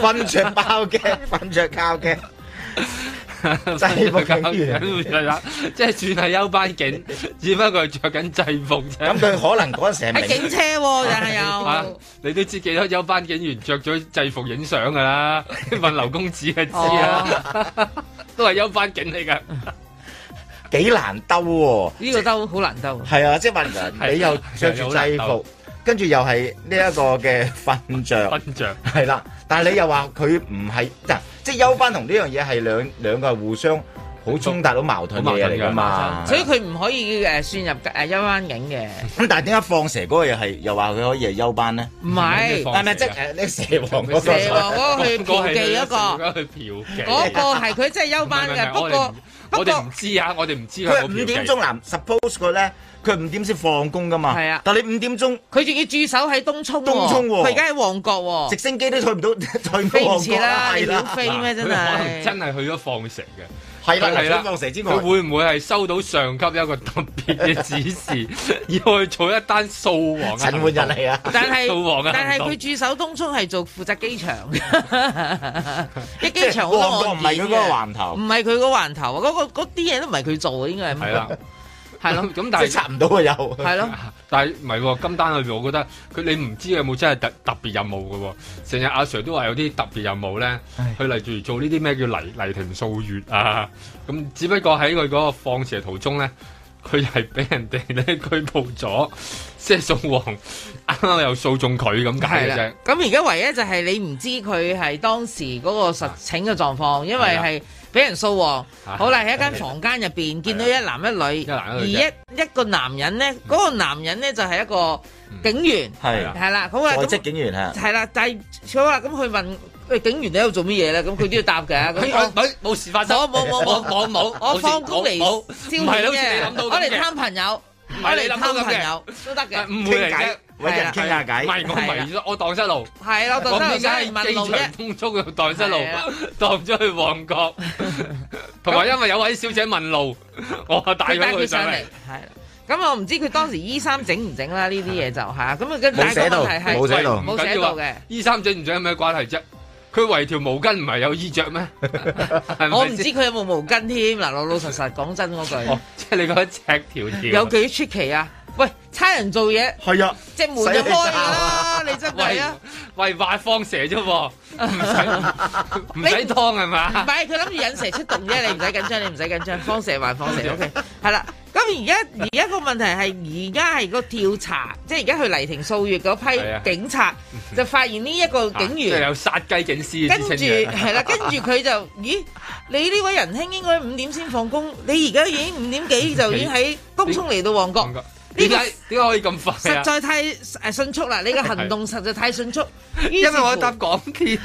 S6: 瞓着包嘅， [laughs] 瞓着覺嘅，
S2: [laughs]
S6: 制服警員
S2: 係啦，即係算係休
S6: [laughs]
S2: 班警，只不過係着緊制服啫。
S6: 咁佢可能嗰陣時係
S3: 係警車
S6: [laughs]
S3: 喎，但係
S2: 啊
S3: 又。！
S2: 你都知幾多有班警員着咗制服影相
S6: [laughs]
S2: 噶啦，問劉公子就知啦，
S3: 哦
S2: [laughs] 都係休班警嚟噶。
S6: 幾難兜喎、
S3: 呢個兜好難兜。
S6: 係啊，即係問人，你又着住制服，跟住又係呢一個嘅瞓着，
S2: 瞓着
S6: 係啦。但係你又話佢唔係，嗱，即係休班同呢樣嘢係兩兩個係互相好衝突、好矛盾嘅嘢嚟㗎嘛。
S3: 所以佢唔可以誒算入誒休班警嘅。
S6: 咁但係點解放蛇嗰個又係又話佢可以係休班咧？
S3: 唔係
S6: 係咪即係誒呢蛇王嗰個？
S3: 蛇王嗰
S6: [laughs]
S3: 個去嫖妓嗰個
S2: 嗰個去嫖妓，
S3: 嗰個係佢真係休班
S2: 唔
S3: 嘅，
S2: 係
S3: 不
S2: 我哋
S3: 過
S2: 唔我哋唔知啊，我哋唔知佢
S6: 佢
S2: 有
S6: 係
S2: 冇嫖
S6: 五點
S2: 妓
S6: 鐘嗱，suppose 佢咧，佢五點先放工㗎嘛。
S3: 係啊
S6: 但係你五點鐘
S3: 佢仲要駐守喺東涌喎，
S6: 東涌喎
S3: 佢而家喺旺角喎，
S6: 直升機都去唔到，去唔
S3: 飛
S6: 到
S3: 唔
S6: 旺
S3: 切
S6: 角
S3: 啦，你
S6: 係
S3: 屌
S6: 啦
S3: 飛咩真
S2: 佢可能
S3: 係？
S2: 真係去咗放蛇嘅，
S6: 係啦
S2: 佢係
S6: 除咗放蛇之外
S2: 佢會唔會係收到上級一個特別嘅指示，要去做一單掃黃嘅行
S6: [laughs]
S2: 動
S6: 陳奐仁嚟啊
S3: 但
S2: 掃黃
S3: 係
S2: 嘅
S3: 但係
S2: 行動
S3: 佢駐守東涌係做負責機
S6: [laughs]
S3: 場，一機場好
S6: 旺
S3: 多
S6: 角唔係
S3: 案件
S6: 佢嗰個
S3: 嘅
S6: 環頭
S3: 唔係佢個環頭啊，嗰個嗰啲嘢都唔係佢做嘅，應該係咁
S2: 係啦，
S3: 係咯，
S2: 咁但
S6: [laughs]
S2: 係
S6: 即係插唔到啊又
S3: 係咯。
S2: 但係唔係喎，金單裏邊，我覺得佢你唔知有冇真係特特別任務嘅喎。成日阿 Sir 都話有啲特別任務咧，佢例如做呢啲咩叫泥泥庭掃月啊，咁只不過喺佢嗰個放蛇途中咧，佢係俾人哋咧拘捕咗，即係掃黃，啱啱又掃中佢咁解
S3: 係
S2: 嘅啫
S3: 啦。，咁而家唯一就係你唔知佢係當時嗰個實情嘅狀況，因為
S2: 係啦
S3: 係俾人掃黃。
S2: 啊
S3: 好啦，喺一間房間入邊見到一男一女，
S2: 男一
S3: 而
S2: 女
S3: 一
S2: 啫
S3: 一個男人呢，嗰個男人呢就係一個警員，
S6: 係啦
S3: 係啦，好啦，
S6: 在
S3: 咁
S6: 職警員啊，
S3: 係啦，但係佢話咁佢問喂警員你喺度做乜嘢咧？咁
S2: [laughs]
S3: 佢都要答嘅。咁
S2: 我冇事發生，
S3: 我冇冇冇
S2: [laughs] 我冇
S3: 我放工嚟
S2: 冇
S3: 消遣
S2: 唔係好似你諗
S3: 嘅，
S2: 到咁
S3: 我嚟
S2: 嘅
S3: 貪朋友，
S2: 唔
S3: 我
S2: 係
S3: 嚟
S2: 你諗到
S3: 貪
S2: 咁
S3: 朋友
S2: 嘅
S3: 都得嘅，
S2: 唔會嚟
S6: 傾
S2: 啫，
S6: 偈搵人傾下偈
S2: 唔係我迷咗，我蕩失路。
S3: 係啦，我當
S2: 我
S3: 真
S2: 唔知
S3: 係
S2: 點
S3: 問
S2: 解機
S3: 路啫
S2: 場。通速嘅蕩失路
S3: 係啊，
S2: 蕩咗去旺角，同埋因為有位小姐問路，我帶
S3: 佢
S2: 咗
S3: 帶
S2: 佢
S3: 佢
S2: 上
S3: 上嚟，
S2: 嚟。
S3: 係啦。咁我唔知佢當時衣衫整唔整啦，
S2: 嗯
S3: 呢啲嘢就嚇。咁啊，跟
S2: 冇
S3: 但係
S2: 寫
S3: 個
S2: 到
S3: 問題係
S2: 冇寫到
S3: 冇寫到嘅。
S2: 醫生整唔整有咩關係啫？佢圍條毛巾唔係有衣着咩？係咪
S3: 我唔知
S2: 先
S3: 佢有冇毛巾添。嗱，老老實實講真嗰句
S2: 哦，，即係你覺得赤條條
S3: 有幾出奇啊？喂，差人做嘢
S2: 係啊，
S3: 隻門就開㗎啦，你真係啊！
S2: 喂，畫放蛇啫喎，唔使唔使劏係
S3: 唔
S2: 嘛？
S3: 係佢諗住引蛇出
S2: [laughs]
S3: 洞啫，你唔使緊張，你唔使緊張，放蛇還放蛇，OK，係啦。咁而家而家個問題係，而家係個調查，即係而家去黎庭數月嗰
S2: 係啊
S3: 批警察就發現呢一個警
S2: 啊即係
S3: 員
S2: 有，殺雞警司
S3: 跟住
S2: 之稱嘅
S3: 係啦，跟住
S2: [laughs]
S3: 佢就，咦，你呢位仁兄應該五點先放工，你而家已經五點
S2: [laughs]
S3: 幾就已經喺東涌嚟到旺角，呢
S2: 點
S3: 個
S2: 解點解可以咁快啊
S3: 實？在太誒迅速
S2: [laughs]
S3: 啦！你嘅行動實在太迅速，因
S2: 因為我搭港
S3: [laughs]
S2: 鐵。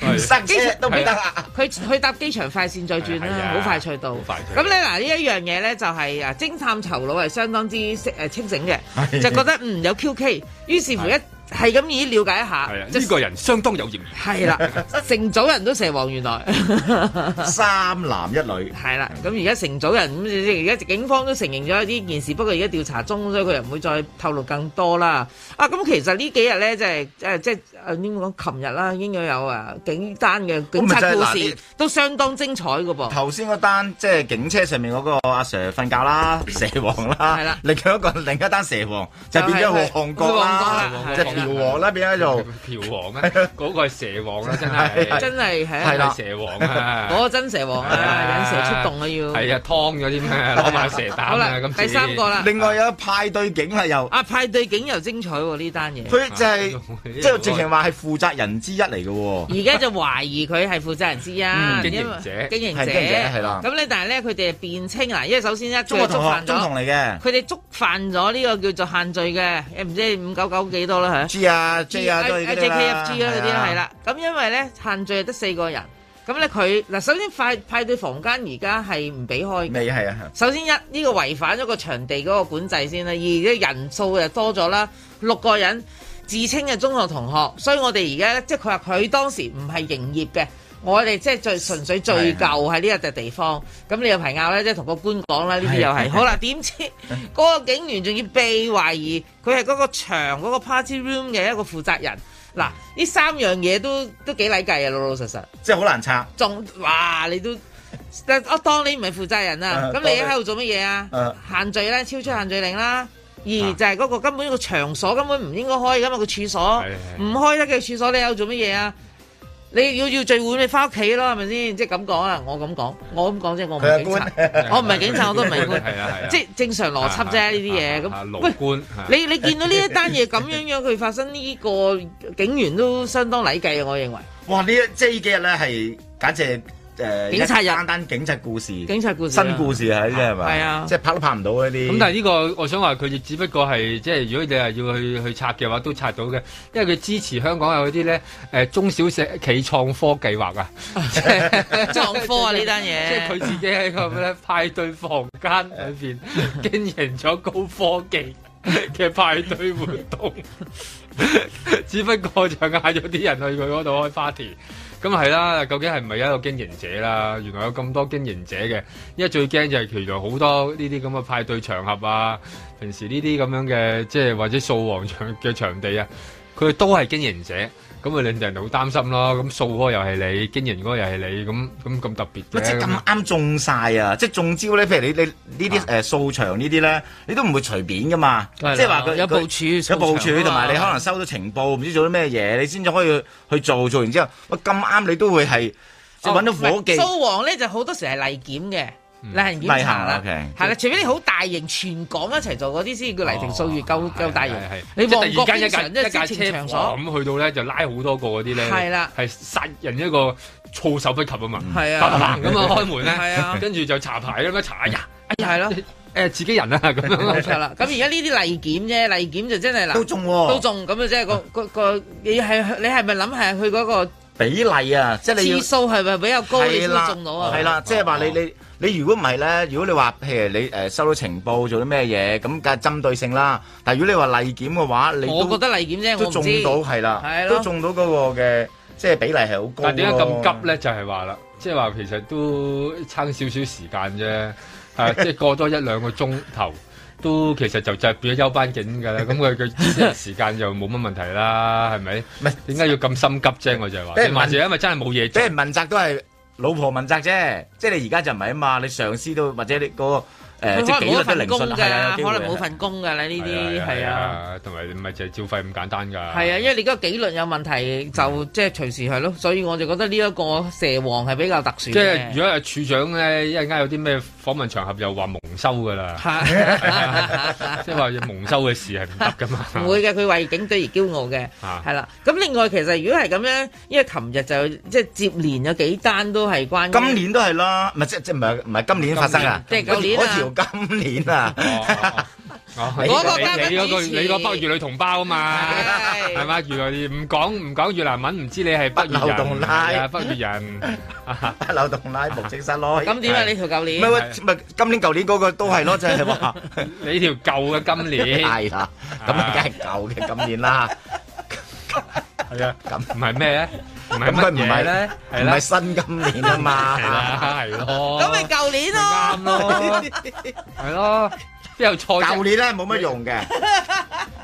S3: 唔
S6: 塞車都唔得
S3: 啊！佢去搭機場快線再轉
S2: 哎
S6: 係
S3: 啦
S6: 啊，
S3: 好快脆到。咁咧嗱，呢一樣嘢咧就係啊，偵探頭腦係相當之識誒清醒嘅，
S2: 係
S3: 就覺得嗯有 QK，於是乎一係咁以了解一下
S2: 係啊，，呢個人相當有嫌疑。
S3: 係
S6: [laughs]
S3: 啦，成組人都蛇王原來。
S6: 三男一女，
S3: 係啦，咁而家成組人咁，而家警方都承認咗呢件事，不過而家調查中，所以佢又唔會再透露更多啦。啊，咁其實呢幾日咧，即係誒，即係誒點講？琴日啦，應該有啊警單嘅警察
S6: 咁咪就係
S3: 故
S6: 嗱
S3: 事
S6: 呢
S3: 都相當精彩嘅
S6: [laughs]
S3: 噃。
S6: 頭先嗰單即係警車上面嗰個阿 Sir 瞓覺啦，蛇王啦，另外一個另一單蛇王就變咗旺角啦，就調和啦，變咗做
S2: 調王咩？嗰個係蛇王啦，真係
S3: 真係係啊
S2: 係啦，蛇王啊！
S3: 嗰個真蛇王啊，引蛇出洞啊要。
S2: 係啊，劏咗啲咩？攞埋蛇膽
S3: 好
S2: 啊！
S3: 啦
S2: 咁，
S3: 第三個啦。
S6: 另外有派對警啦又，
S3: 啊派對警又精彩喎呢單嘢。 [laughs]
S6: 佢就係即係直情話係負責人之一嚟嘅喎。
S3: 而家就懷疑佢係負責人之一，
S6: 嗯經營
S3: 因為
S6: 者
S3: 經營
S6: 係經營者係啦
S3: 咁咧，但係咧，佢哋係辯稱嗱，因為首先一
S6: 中
S3: 佢觸
S6: 學同學
S3: 犯，咗
S6: 中同嚟嘅。
S3: 佢哋觸犯咗呢個叫做限罪嘅，誒唔知五九九幾多啦嚇。
S6: G 啊 J 啊都係嗰啲啦
S3: JKFG 啦嗰啲
S6: 係
S3: 啦
S6: 啊
S3: 係啦。咁因為咧限聚係得四個人，咁咧佢嗱首先派派對房間而家係唔俾開嘅。
S6: 未係啊，
S3: 首先一呢、個違反咗個場地嗰個管制先啦，二啲人數又多咗啦，六個人自稱嘅中學同學，所以我哋而家即係佢話佢當時唔係營業嘅。我哋即係最純粹聚舊喺呢一笪地方，咁你有排拗咧，即係同個官講啦，呢啲又係
S10: 係
S3: 好啦。點知 [laughs] 嗰個警員仲要被懷疑佢係嗰個場嗰、個 party room 嘅一個負責人。嗱，呢三樣嘢都都幾禮計啊，老老實實。
S6: 即係好難拆。
S3: 仲哇！你都我當你唔係負責人啊，
S6: 啊
S3: 咁你喺度做乜嘢啊
S6: 啊？
S3: 限聚啦，超出限聚令啦。二就係嗰個根本個場所根本唔應該開噶嘛，個處所
S10: 係
S3: 唔開得嘅處所，你喺度做乜嘢啊？你要要聚會，你翻屋企咯，係咪先？即係咁講啊！我咁講，我咁講啫，我唔係警察
S2: 佢係官，
S3: 我唔係警察，我都唔係官
S2: 係啊係啊，
S3: 即係正常邏輯啫呢啲嘢。
S2: 啊
S3: 咁
S2: 勞官，
S3: 你你見到呢一單嘢咁樣樣，佢發生呢個警員都相當禮計啊，我認為。
S6: 哇！呢一即係呢幾日咧係簡直係誒
S3: 警察日
S6: 一單單警察故事，
S3: 警察故事啊
S6: 新故事係真係嘛？
S2: 係啊
S6: 即係拍都拍唔到嗰啲。
S2: 咁但係呢個，我想話佢亦只不過係即係，如果你係要去去拆嘅話，都拆到嘅，因為佢支持香港有啲咧誒中小社企創科計劃啊，即係
S3: 撞科啊呢單嘢
S2: 即係佢自己喺個咧派對房間裏邊經營咗高科 [laughs] 技 [laughs] 嘅派對活動，只不過就嗌咗啲人去佢嗰度開 party。咁係啦，究竟係唔係一個經營者啦？原來有咁多經營者嘅，因為最驚就係其實好多呢啲咁嘅派對場合啊，平時呢啲咁樣嘅即係或者掃黃場 [laughs] 嘅場地啊，佢都係經營者，咁咪令人好擔心咯。咁掃嗰個又係你，經營嗰個又係你，咁咁咁特別
S6: 咪
S2: 嘅。
S6: 即係咁啱中晒啊！即係中招咧，譬如你你呢啲誒掃場呢啲咧，你都唔會隨便噶嘛。即
S3: 梗係啦
S6: 係話佢
S3: 有部署
S6: 佢有部署
S3: 掃場啊嘛，
S6: 同埋你可能收到情報，唔知做啲咩嘢，你先至可以去做。做完之後，喂咁啱你都會係即係揾到伙計。
S3: 蘇王咧就好多時係例檢嘅，例行檢查啦，
S6: 例行，OK
S3: 係啦，除非你好大型全港一齊做嗰啲先叫黎庭數月夠夠大型
S2: 係係。
S3: 你
S2: 即
S3: 旺
S2: 係突
S3: 角
S2: 然
S3: 經
S2: 間一架
S3: 常即
S2: 一架
S3: 係色情
S2: 車
S3: 場所，
S2: 咁去到咧就拉好多個嗰啲咧，
S3: 係啦
S2: 係殺人一個措手不及啊嘛，
S3: 係啊
S2: 砰砰咁啊開門咧，
S3: 係啊
S2: 跟住就查牌咁樣查，哎 [laughs] 呀，
S3: 係咯。
S2: 誒自己人啊咁樣，
S3: 冇錯啦，咁而家呢啲例檢啫，例檢就真係嗱，
S6: 都中喎
S3: 都中咁啊！即係個個個你係你係咪諗係佢嗰個
S6: 比例啊，即係你要
S3: 次數係咪比較高，你先
S6: 係啦
S3: 會中到啊？
S6: 係啦，即係話你你你如果唔係咧，如果你話譬如你誒收到情報做啲咩嘢，咁梗係針對性啦。但係如果你話例檢嘅話，你都
S3: 我覺得例檢啫
S6: 都
S3: 我唔
S6: 中
S3: 知
S6: 到係啦
S3: 係，咯
S6: 都中到嗰個嘅即係比例係好高。
S2: 但係點解咁急？咧？就係話啦，即係話 [laughs] 其實都撐少少時間啫，啊，即係過多一兩個鐘頭。都其實就就係變咗休班警 [laughs] 㗎啦。咁佢佢即係時間就冇乜問題啦，係咪？唔係點解要咁心急啫？我就係話，
S6: 俾人
S2: 定
S6: 問
S2: 還是因為真係冇嘢做
S6: 俾。人問責都係老婆問責啫，即係你而家就唔係啊嘛，你上司都或者你嗰個誒
S3: 佢
S6: 即
S3: 可
S6: 係
S3: 能冇
S6: 紀
S3: 一
S6: 律都
S3: 份
S6: 零
S3: 工
S6: 信係啊，
S3: 㗎，
S6: 有機會
S3: 可能冇份工㗎啦呢
S2: ờ,
S3: 啲係啊。，
S2: 同埋唔係淨係照費咁簡單㗎。
S3: 係啊，因為你嗰個紀律有問題，就
S2: 嗯
S3: 即係隨時係咯，所以我就覺得呢一個蛇王係比較特殊
S2: 即
S3: 嘅。
S2: 係如果係處長咧，一陣間有啲咩訪問場合又話蒙羞㗎啦， [laughs] 即係話要蒙羞嘅事係唔得㗎嘛。
S3: 唔會嘅，佢為警隊而驕傲嘅，
S2: 啊
S3: 係啦。咁另外其實如果係咁樣，因為琴日就即係接連有幾單都係關於
S6: 今年都係啦，唔係即即唔係唔係今年發生啊，
S3: 即係舊年啊
S6: 嗰條今年啊，
S2: 哦
S6: 你
S2: 嗰個
S6: 你
S2: 你
S6: 你
S2: 嗰個
S6: 支
S2: 你
S6: 持
S2: 嗰北越女同胞啊嘛，係嘛？原來你唔講唔講越南文，唔知你係北越
S6: 流
S2: 人，
S6: 動拉
S2: 係啊北越
S6: [laughs]
S2: 人，
S6: 不漏洞拉無正室咯。
S3: 咁點啊？你條舊
S6: 唔
S3: 年
S6: 係喂，唔係今年舊年嗰個都係咯，即係話
S2: [laughs] 你條舊嘅今年
S6: 係啦，咁啊梗係舊嘅今年啦。
S2: 係啊，咁唔係咩咧？唔係
S6: 咁佢
S2: 乜
S6: 唔
S2: 嘢
S6: 係
S2: 咧？係
S6: 唔
S2: 啦
S6: 係新今年啊嘛，
S2: [laughs] 係啦係咯
S3: 咁咪舊年咯，
S2: 啱咯係咯，邊有錯啫？
S6: 舊年咧冇乜用嘅，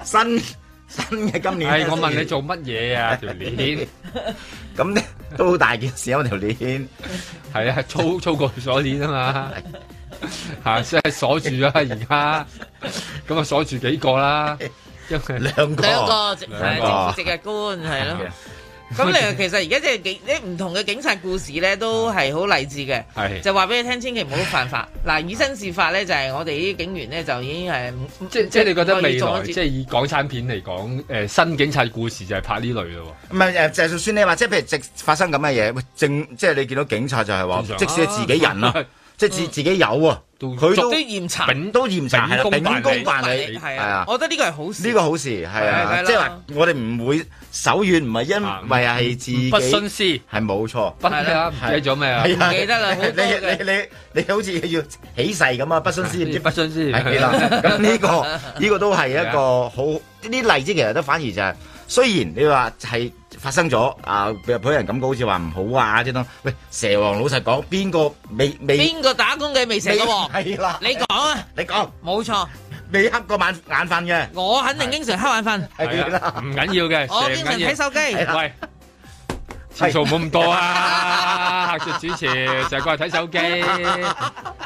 S6: 新新嘅今年呢。
S2: 係我問你做乜嘢啊？條鏈
S6: [laughs] 咁咧都好大件事啊！條鏈
S2: 係啊，粗粗過鎖鏈啊嘛，
S6: [laughs]
S2: 嚇即係鎖住咗啦而家，咁啊鎖住幾個啦，因為
S6: 兩
S3: 兩個直係政府值日官係咯。咁你其實而家即係警啲唔同嘅警察故事咧，都係好勵志嘅。
S2: 係
S3: 就話俾你聽，千祈唔好犯法。嗱，以身試法咧，就係我哋啲警員咧，就已經係
S2: 即即係你覺得未來即係
S3: 係
S2: 以港產片嚟講，誒、新警察故事就係拍呢類咯
S6: 唔係誒，就算你話即係譬如直發生咁嘅嘢，喂正即係你見到警察就係話，
S2: 正常啊
S6: 即使係自己人啊，即係自自己有啊，佢
S3: 都
S6: 都
S3: 嚴查，
S6: 都嚴查係啦，
S2: 秉
S6: 秉
S2: 公辦理
S6: 公辦理
S3: 係
S6: 係
S3: 啊
S6: 啊，。
S3: 我覺得呢個係好事。
S6: 呢個好事係
S3: 係
S6: 啊
S3: 啊，
S6: 即係話我哋唔會手軟，唔係因為係自己
S2: 啊不徇私，
S6: 係冇錯。
S2: 不係啦唔記得咗咩啊
S6: 係
S2: 唔記得啦好多
S6: 你
S2: 嘅
S6: 你你你你好似要起誓咁啊！不徇私唔知
S2: 不徇私
S6: 係啦。咁呢個呢個都係一
S2: 係
S6: 個好呢啲例子，其實都反而就係雖然你話係發生咗啊，日本人感覺好似話唔好啊，即係當喂蛇王老實講，邊個未未
S3: 邊個打工嘅未成個王？
S6: 係啦，
S3: 你講啊，
S6: 你講
S3: 冇錯，
S6: 未黑過晚眼瞓嘅，
S3: 我肯定經常瞌眼瞓。
S2: 喎，係啦，唔緊要嘅，
S3: 我
S2: 成日
S3: 經
S2: 唔
S3: 常
S2: 緊要
S3: 哦睇手機
S2: 喂，次數冇咁多啊，嚇住主持成日過嚟睇手機，
S6: [laughs]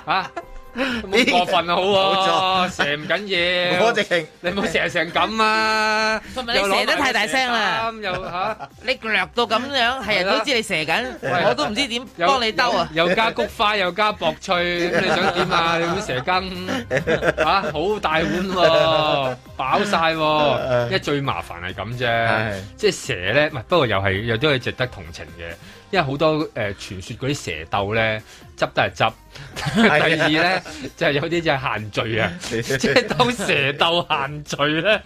S2: 啊嚇 [laughs] 冇咁過分啊，好喎， [laughs] 成唔緊要，
S6: 我直情
S2: 你唔好成日成咁啊，
S3: 同埋你射得太大聲啦，
S2: 又嚇，
S3: 你掠到咁樣，係人都知你射緊，我都唔知點幫你兜啊！
S2: 又加菊花又加薄
S3: [laughs]
S2: 脆，咁你想點啊？你碗蛇羹嚇好大碗
S3: [laughs]
S2: 喎，飽晒喎，因為最麻煩係咁啫
S6: 係，
S2: 即係蛇咧，唔係不過又係又都係值得同情嘅，因為好多誒、呃、傳說嗰啲蛇竇咧執得係
S3: [laughs]
S2: 執， [laughs] 第二
S3: 啊
S2: 咧就係、有啲就係限聚
S3: [laughs]
S2: 啊， [laughs] 即係當蛇竇限聚咧，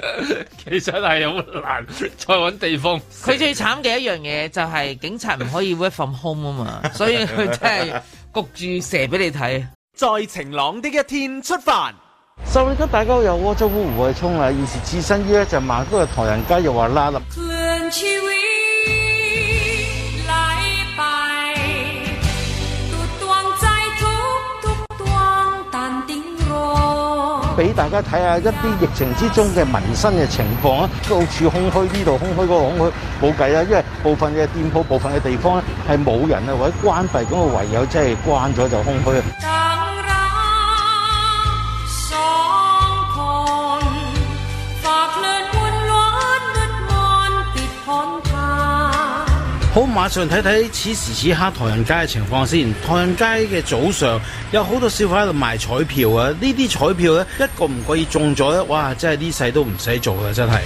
S2: 其實係好難再揾地方食。
S3: 佢最慘嘅一樣嘢就係警察唔可以 work from home 啊嘛，
S6: [laughs]
S3: 所以佢真係焗住蛇俾你睇。
S5: 在晴朗的一天出發。
S14: 受理得大家有窩州會唔會衝啦？現時置身於一隻馬高嘅唐人街又話啦啦，
S15: 春去未來拜，獨當在土，獨當但頂羅。
S14: 俾大家睇下一啲疫情之中嘅民生嘅情況啊！到處空虛，呢度空虛，嗰度空虛，冇計啊啦，因為部分嘅店鋪、部分嘅地方咧係冇人啊，或者關閉，咁啊唯有即係關咗就空虛啊！
S15: 當然爽快發亮溫暖的安別看他
S14: 好，馬上睇睇此時此刻唐人街嘅情況先。唐人街嘅早上有好多小販喺度賣彩票啊！呢啲彩票咧一個唔覺意中咗咧，哇！真係呢世都唔使做啦，真係。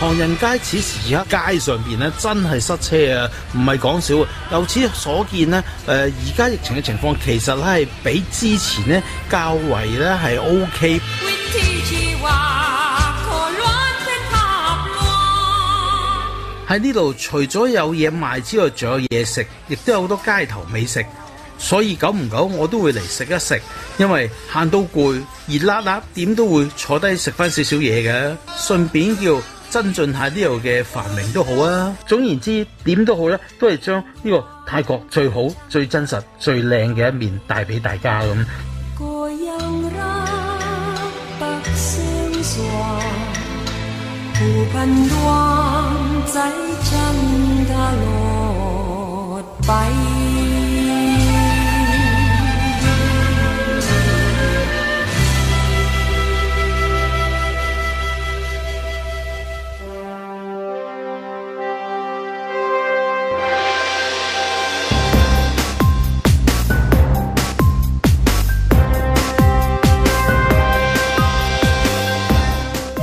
S14: 唐人街此時此刻街上邊咧真係塞車啊，唔係講少啊。由此所見呢，誒而家疫情嘅情況其實咧係比之前呢較為咧係 O K。喺呢度除咗有嘢賣之外，仲有嘢食，亦都有好多街頭美食。所以久唔久我都會嚟食一食，因為行到攰熱辣辣，點都會坐低食翻少少嘢嘅，順便叫增進下呢度嘅繁榮都好啊。總言之，點都好咧，都係將呢個泰國最好、最真實、最靚嘅一面帶俾大家咁。
S15: 個人รักปักเสียงสว่างผู้พันดวงใจฉันตลอดไป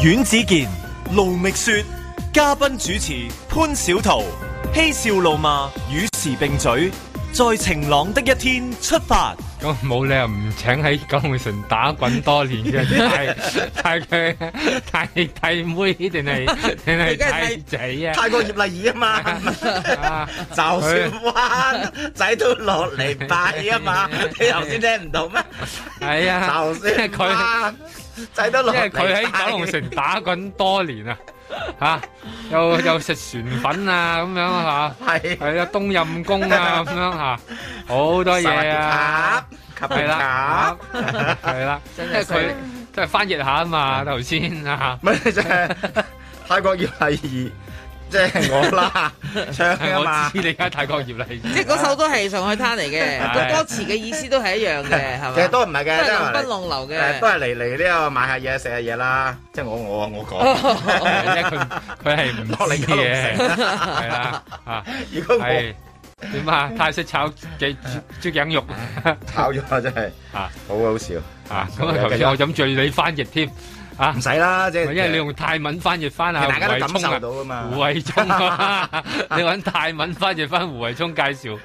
S1: 阮子健、卢觅雪，嘉宾主持潘小桃，嬉笑怒骂，与时并举，在晴朗的一天出发。
S2: 咁冇理由唔請喺九龍城打滾多年
S6: [laughs]
S2: 嘅泰泰佢泰泰妹定係定係泰仔啊？
S6: 泰國葉麗儀啊
S2: [laughs]
S6: 嘛，就算彎仔都落嚟拜啊嘛，你頭先聽唔到咩？
S2: 係啊，
S6: 就
S2: 因為
S6: 算
S2: 佢
S6: 彎仔都
S2: 因
S6: 落嚟
S2: 為佢喺
S6: 拜
S2: 九龍城打滾多年啊！吓、又又食船粉啊，咁樣吓，
S6: 係
S2: 係啊，冬陰公啊，咁樣吓，好多嘢啊，
S6: 卡
S2: 係啦，係啦，即
S6: 真係
S2: 係
S6: 犀利
S2: 佢即係翻譯下啊嘛，頭先啊，
S6: 咪即係泰國葉麗儀，即係我
S2: [laughs]
S6: 啦，唱啊嘛
S2: 我。知你而家泰國葉麗儀，
S3: 即係嗰首都係上海灘嚟嘅，
S6: 係
S3: 個歌詞嘅意思都係一
S6: [laughs]
S3: 樣嘅，係嘛？
S6: 其實都唔係嘅，
S3: 都
S6: 都
S3: 係
S6: 係
S3: 浪奔浪流
S6: 誒
S3: 嘅，
S6: 都係嚟嚟呢度買下嘢食下嘢啦。即係我我我講，
S3: [laughs]
S2: 因為佢佢係唔
S6: 落嚟
S2: 知
S6: 九龍
S2: 嘅，
S6: 城
S2: 係啦，啊，
S6: 如果我
S2: 係點啊？泰式炒嘅豬頸肉，
S6: 炒咗啊真係
S2: 啊，
S6: 好好笑
S2: 啊！咁啊，頭先我諗住你翻譯添。啊，唔
S6: 使啦，即係
S2: 因為你用泰文翻譯翻啊，
S6: 大家都
S2: 胡
S6: 感
S2: 慧聰
S6: 受到啊嘛
S2: 胡慧聰啊，你揾泰文翻譯翻胡慧聰介紹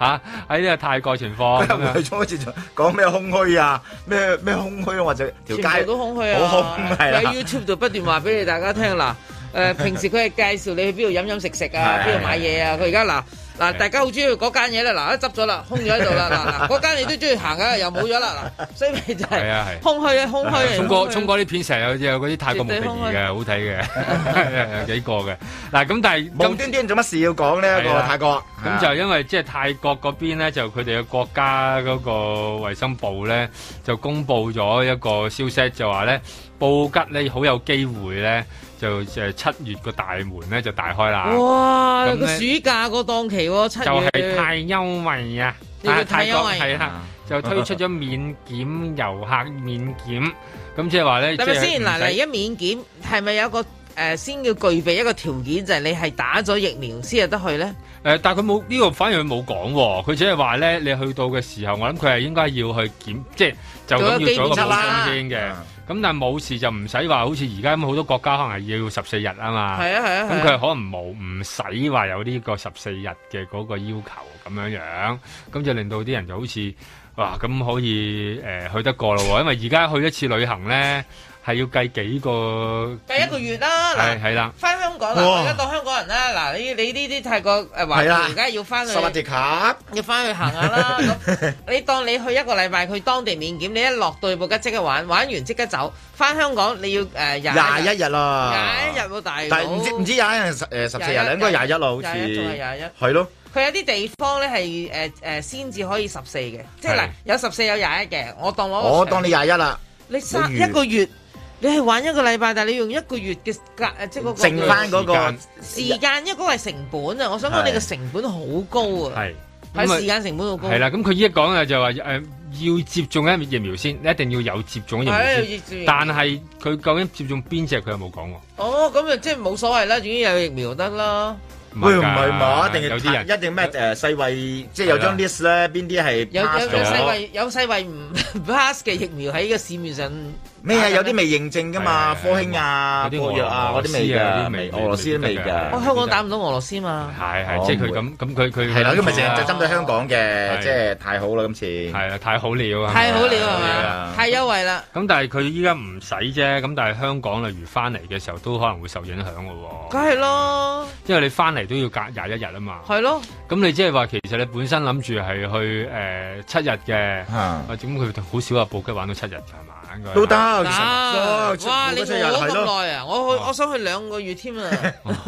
S2: 嚇喺呢個泰國情
S6: 佢
S2: 況咁 [laughs]
S6: 又唔
S2: 樣
S6: [laughs] 係初次講咩空虛啊，咩咩空虛啊或者條
S3: 全
S6: 街
S3: 部都空虛啊！
S6: 好空係
S3: 佢
S6: 啦
S3: 喺。YouTube 度不斷話俾你大家聽嗱，
S6: [laughs]
S3: 誒平時佢係介紹你去邊度飲飲食食啊，
S6: 係
S3: 邊度買嘢啊，佢而家嗱。嗱，大家好中意嗰間嘢啦，嗱，一執咗啦，空咗喺度啦，嗱，嗱，嗰間你都中意行啊噶，又冇咗啦，嗱，
S6: [laughs]
S3: 所以咪就
S2: 係啊
S3: 係
S2: 係
S3: 空虛啊，空虛啊，
S2: 聰哥，聰哥啲片成日有有嗰啲泰國模特兒
S3: 絕
S2: 嘅，
S3: 對
S2: 好睇嘅，有幾個嘅。嗱咁，但係
S6: 無端端做乜事要講呢
S2: 係
S6: 個
S2: 啦
S6: 泰國？啊
S2: 咁就因為即係泰國嗰邊咧，就佢哋嘅國家嗰個衛生部咧，就公布咗一個消息，就話咧布吉咧好有機會咧，就誒七月個大門咧就大開啦。
S3: 哇！
S2: 啊咁
S3: 個
S2: 咧
S3: 暑假個檔期喎，七月
S2: 就係太優惠啊！
S3: 呢個
S2: 啊
S3: 太優惠
S2: 係啦，就推出咗免檢遊客免檢，咁即係話
S3: 係
S2: 咧，即
S3: 咪
S2: 係
S3: 先？嗱，
S2: 唔使
S3: 嗱，而家免檢係咪有個誒先要具備一個條件，就係你係打咗疫苗先有得去咧？
S2: 誒、但係佢冇呢個，反而佢冇講喎。佢只係話咧，你去到嘅時候，我諗佢係應該要去檢，即係就咁要做一個
S3: 做
S2: 補
S3: 一個基本測啦
S2: 充先嘅。咁但係冇事就唔使話，好似而家咁好多國家可能係要十四日啊嘛。
S3: 係啊係啊係啊
S2: 咁佢可能冇唔使話有呢個十四日嘅嗰個要求咁樣樣，咁就令到啲人就好似哇咁可以誒、去得過咯喎。因為而家去一次旅行咧係要計幾個
S3: 計一個月啦，
S2: 係
S3: 嗱。
S2: 係啦。
S3: 翻香港啦，
S2: 哇
S3: 我而家當香港人啦，嗱，你你呢啲泰國誒華
S2: 係啦
S3: 僑而家要翻去，
S6: 十八隻卡，
S3: 要翻去行下
S6: [laughs]
S3: 啦。咁你當你去一個禮拜，佢當地免檢，你一落到去布吉即刻玩，玩完即刻走，翻香港你要誒廿
S6: 廿一日啦，
S3: 廿一日喎大佬
S6: 但係唔知唔知廿一日十誒十四日
S3: 21
S6: 咧，應該廿一啦，好似
S3: 21仲係21
S6: 係咯。
S3: 佢有啲地方咧係誒誒先至可以十四嘅，即係嗱
S6: 係
S3: 有十四有廿一嘅，我當我
S6: 我當你廿一啦，
S3: 你三一個月，你係玩一個禮拜，但係你用一個月嘅隔即係嗰個
S6: 剩翻嗰個
S3: 時間，因為嗰個係成本啊！我想講你個
S2: 係
S3: 成本好高啊，
S2: 係咁啊
S3: 係時間成本好高。
S2: 係啦，咁佢依家講啊就話誒、要接種一疫苗先，你一定要有接種疫苗
S3: 係要
S2: 先
S3: 接種疫。苗
S2: 但係佢究竟接種邊只佢有冇講喎？
S3: 哦，咁啊，即係冇所謂啦，總之有疫苗得啦。
S6: 喂唔係嘛，一定
S2: 有
S6: 要
S2: 啲人
S6: 一定咩誒世衞，即係有張 list 咧，邊啲係
S3: 有有
S6: pass
S3: 有世
S6: 咗
S3: 衞有世衞唔 [laughs] pass 嘅疫苗喺呢個市面上
S6: 咩啊？有啲未認證噶嘛，科興啊、
S2: 有啲
S6: 國藥啊嗰
S2: 俄羅
S6: 啲
S2: 斯
S6: 未
S2: 啊
S6: 㗎，
S2: 啲未
S6: 未俄羅斯都未
S2: 未得
S6: 㗎
S2: 㗎。
S3: 我香港打唔到俄羅斯嘛？
S2: 係係，
S6: 哦
S2: 即係
S6: 唔
S2: 佢
S6: 會
S2: 咁咁佢佢
S6: 係啦，咁咪淨係
S2: 係
S6: 針對香港嘅，
S2: 係
S6: 即係太好啦今次。
S2: 係啦，太好了啊！
S3: 太好了係
S2: 係
S3: 嘛
S2: 啊？
S3: 太優惠啦！
S2: 咁但係佢依家唔使啫，咁但係香港例如翻嚟嘅時候都可能會受影響嘅喎，
S3: 梗係咯，
S2: 因為你翻嚟都要隔廿一日啊嘛。
S3: 係咯。
S2: 咁你即係話其實你本身諗住係去誒、呃七日嘅，啊咁佢好少話布吉玩到七日㗎係嘛？玩佢。
S6: 都得
S3: 啊！
S6: 得
S3: 哇！
S6: 全
S3: 你
S6: 部嗰
S3: 餓
S6: 啲人
S3: 咗
S6: 係咯
S3: 咁耐啊！我去，我想去兩個月添啊！
S6: [laughs]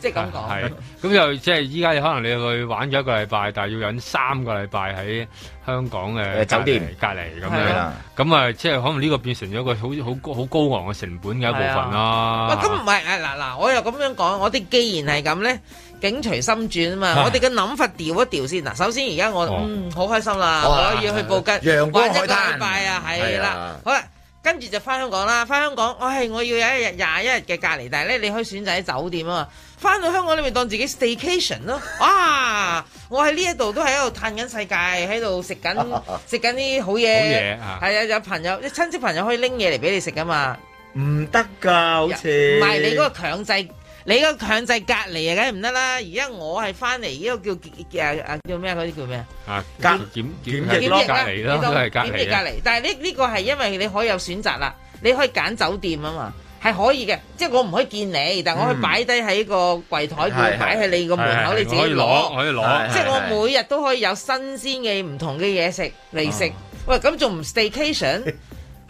S3: 即係咁講，
S2: 係，咁就即係依家可能你去玩咗一個禮拜，但係要忍三個禮拜喺香港嘅
S6: 誒酒店
S2: 隔離咁
S6: 係
S2: 樣
S6: 啦。
S2: 咁啊，即係可能呢個變成咗一個好好高好高昂嘅成本嘅一部分
S3: 啊喂，咁
S2: 啦。
S3: 唔係嗱嗱嗱，我又咁樣講，我哋既然係咁咧，境隨心轉啊嘛，
S2: 係
S3: 我哋嘅諗法調一調先嗱。啊首先而家我
S2: 哦
S3: 嗯好開心啦，
S6: 哇
S3: 我要去布吉
S6: 陽光
S3: 玩一個
S6: 海灘
S3: 禮拜啊，係
S6: 係
S3: 啦
S6: 啊，
S3: 好啦。跟住就翻香港啦，翻香港，我、係我要有一日廿一日嘅隔離，但係咧你可以選擇喺酒店啊嘛。翻到香港你咪當自己 staycation 咯，哇！我喺呢一度都喺度嘆緊世界，喺度食緊
S6: [laughs]
S3: 食緊啲好嘢，
S6: 好嘢啊
S3: 係啊，有朋友、啲親戚朋友可以拎嘢嚟俾你食噶嘛。嗯
S6: 唔得㗎，好似
S3: 唔係你嗰個強制，你嗰個強制隔離啊，梗係唔得啦！而家我係翻嚟呢個叫誒誒叫咩嗰啲叫咩啊？
S2: 啊，
S6: 隔
S2: 檢檢
S3: 檢
S2: 檢
S3: 疫
S2: 疫
S3: 啦
S2: 隔離
S3: 你
S2: 啦，
S3: 當
S2: 都係隔
S3: 檢疫
S2: 離
S3: 隔
S2: 啊。
S3: 離，但係呢呢個係因為你可以有選擇啦，你可以揀酒店啊嘛。係可以嘅，即係我唔可以見你，但我可以
S2: 嗯
S3: 擺低喺個櫃台，
S2: 係
S3: 佢
S2: 係
S3: 擺喺你個門口，
S2: 係係
S3: 你自己
S2: 可以攞可以攞
S3: 即係
S2: 係
S3: 我每日都可以有新鮮嘅唔同嘅嘢食嚟食。喂，咁仲唔 staycation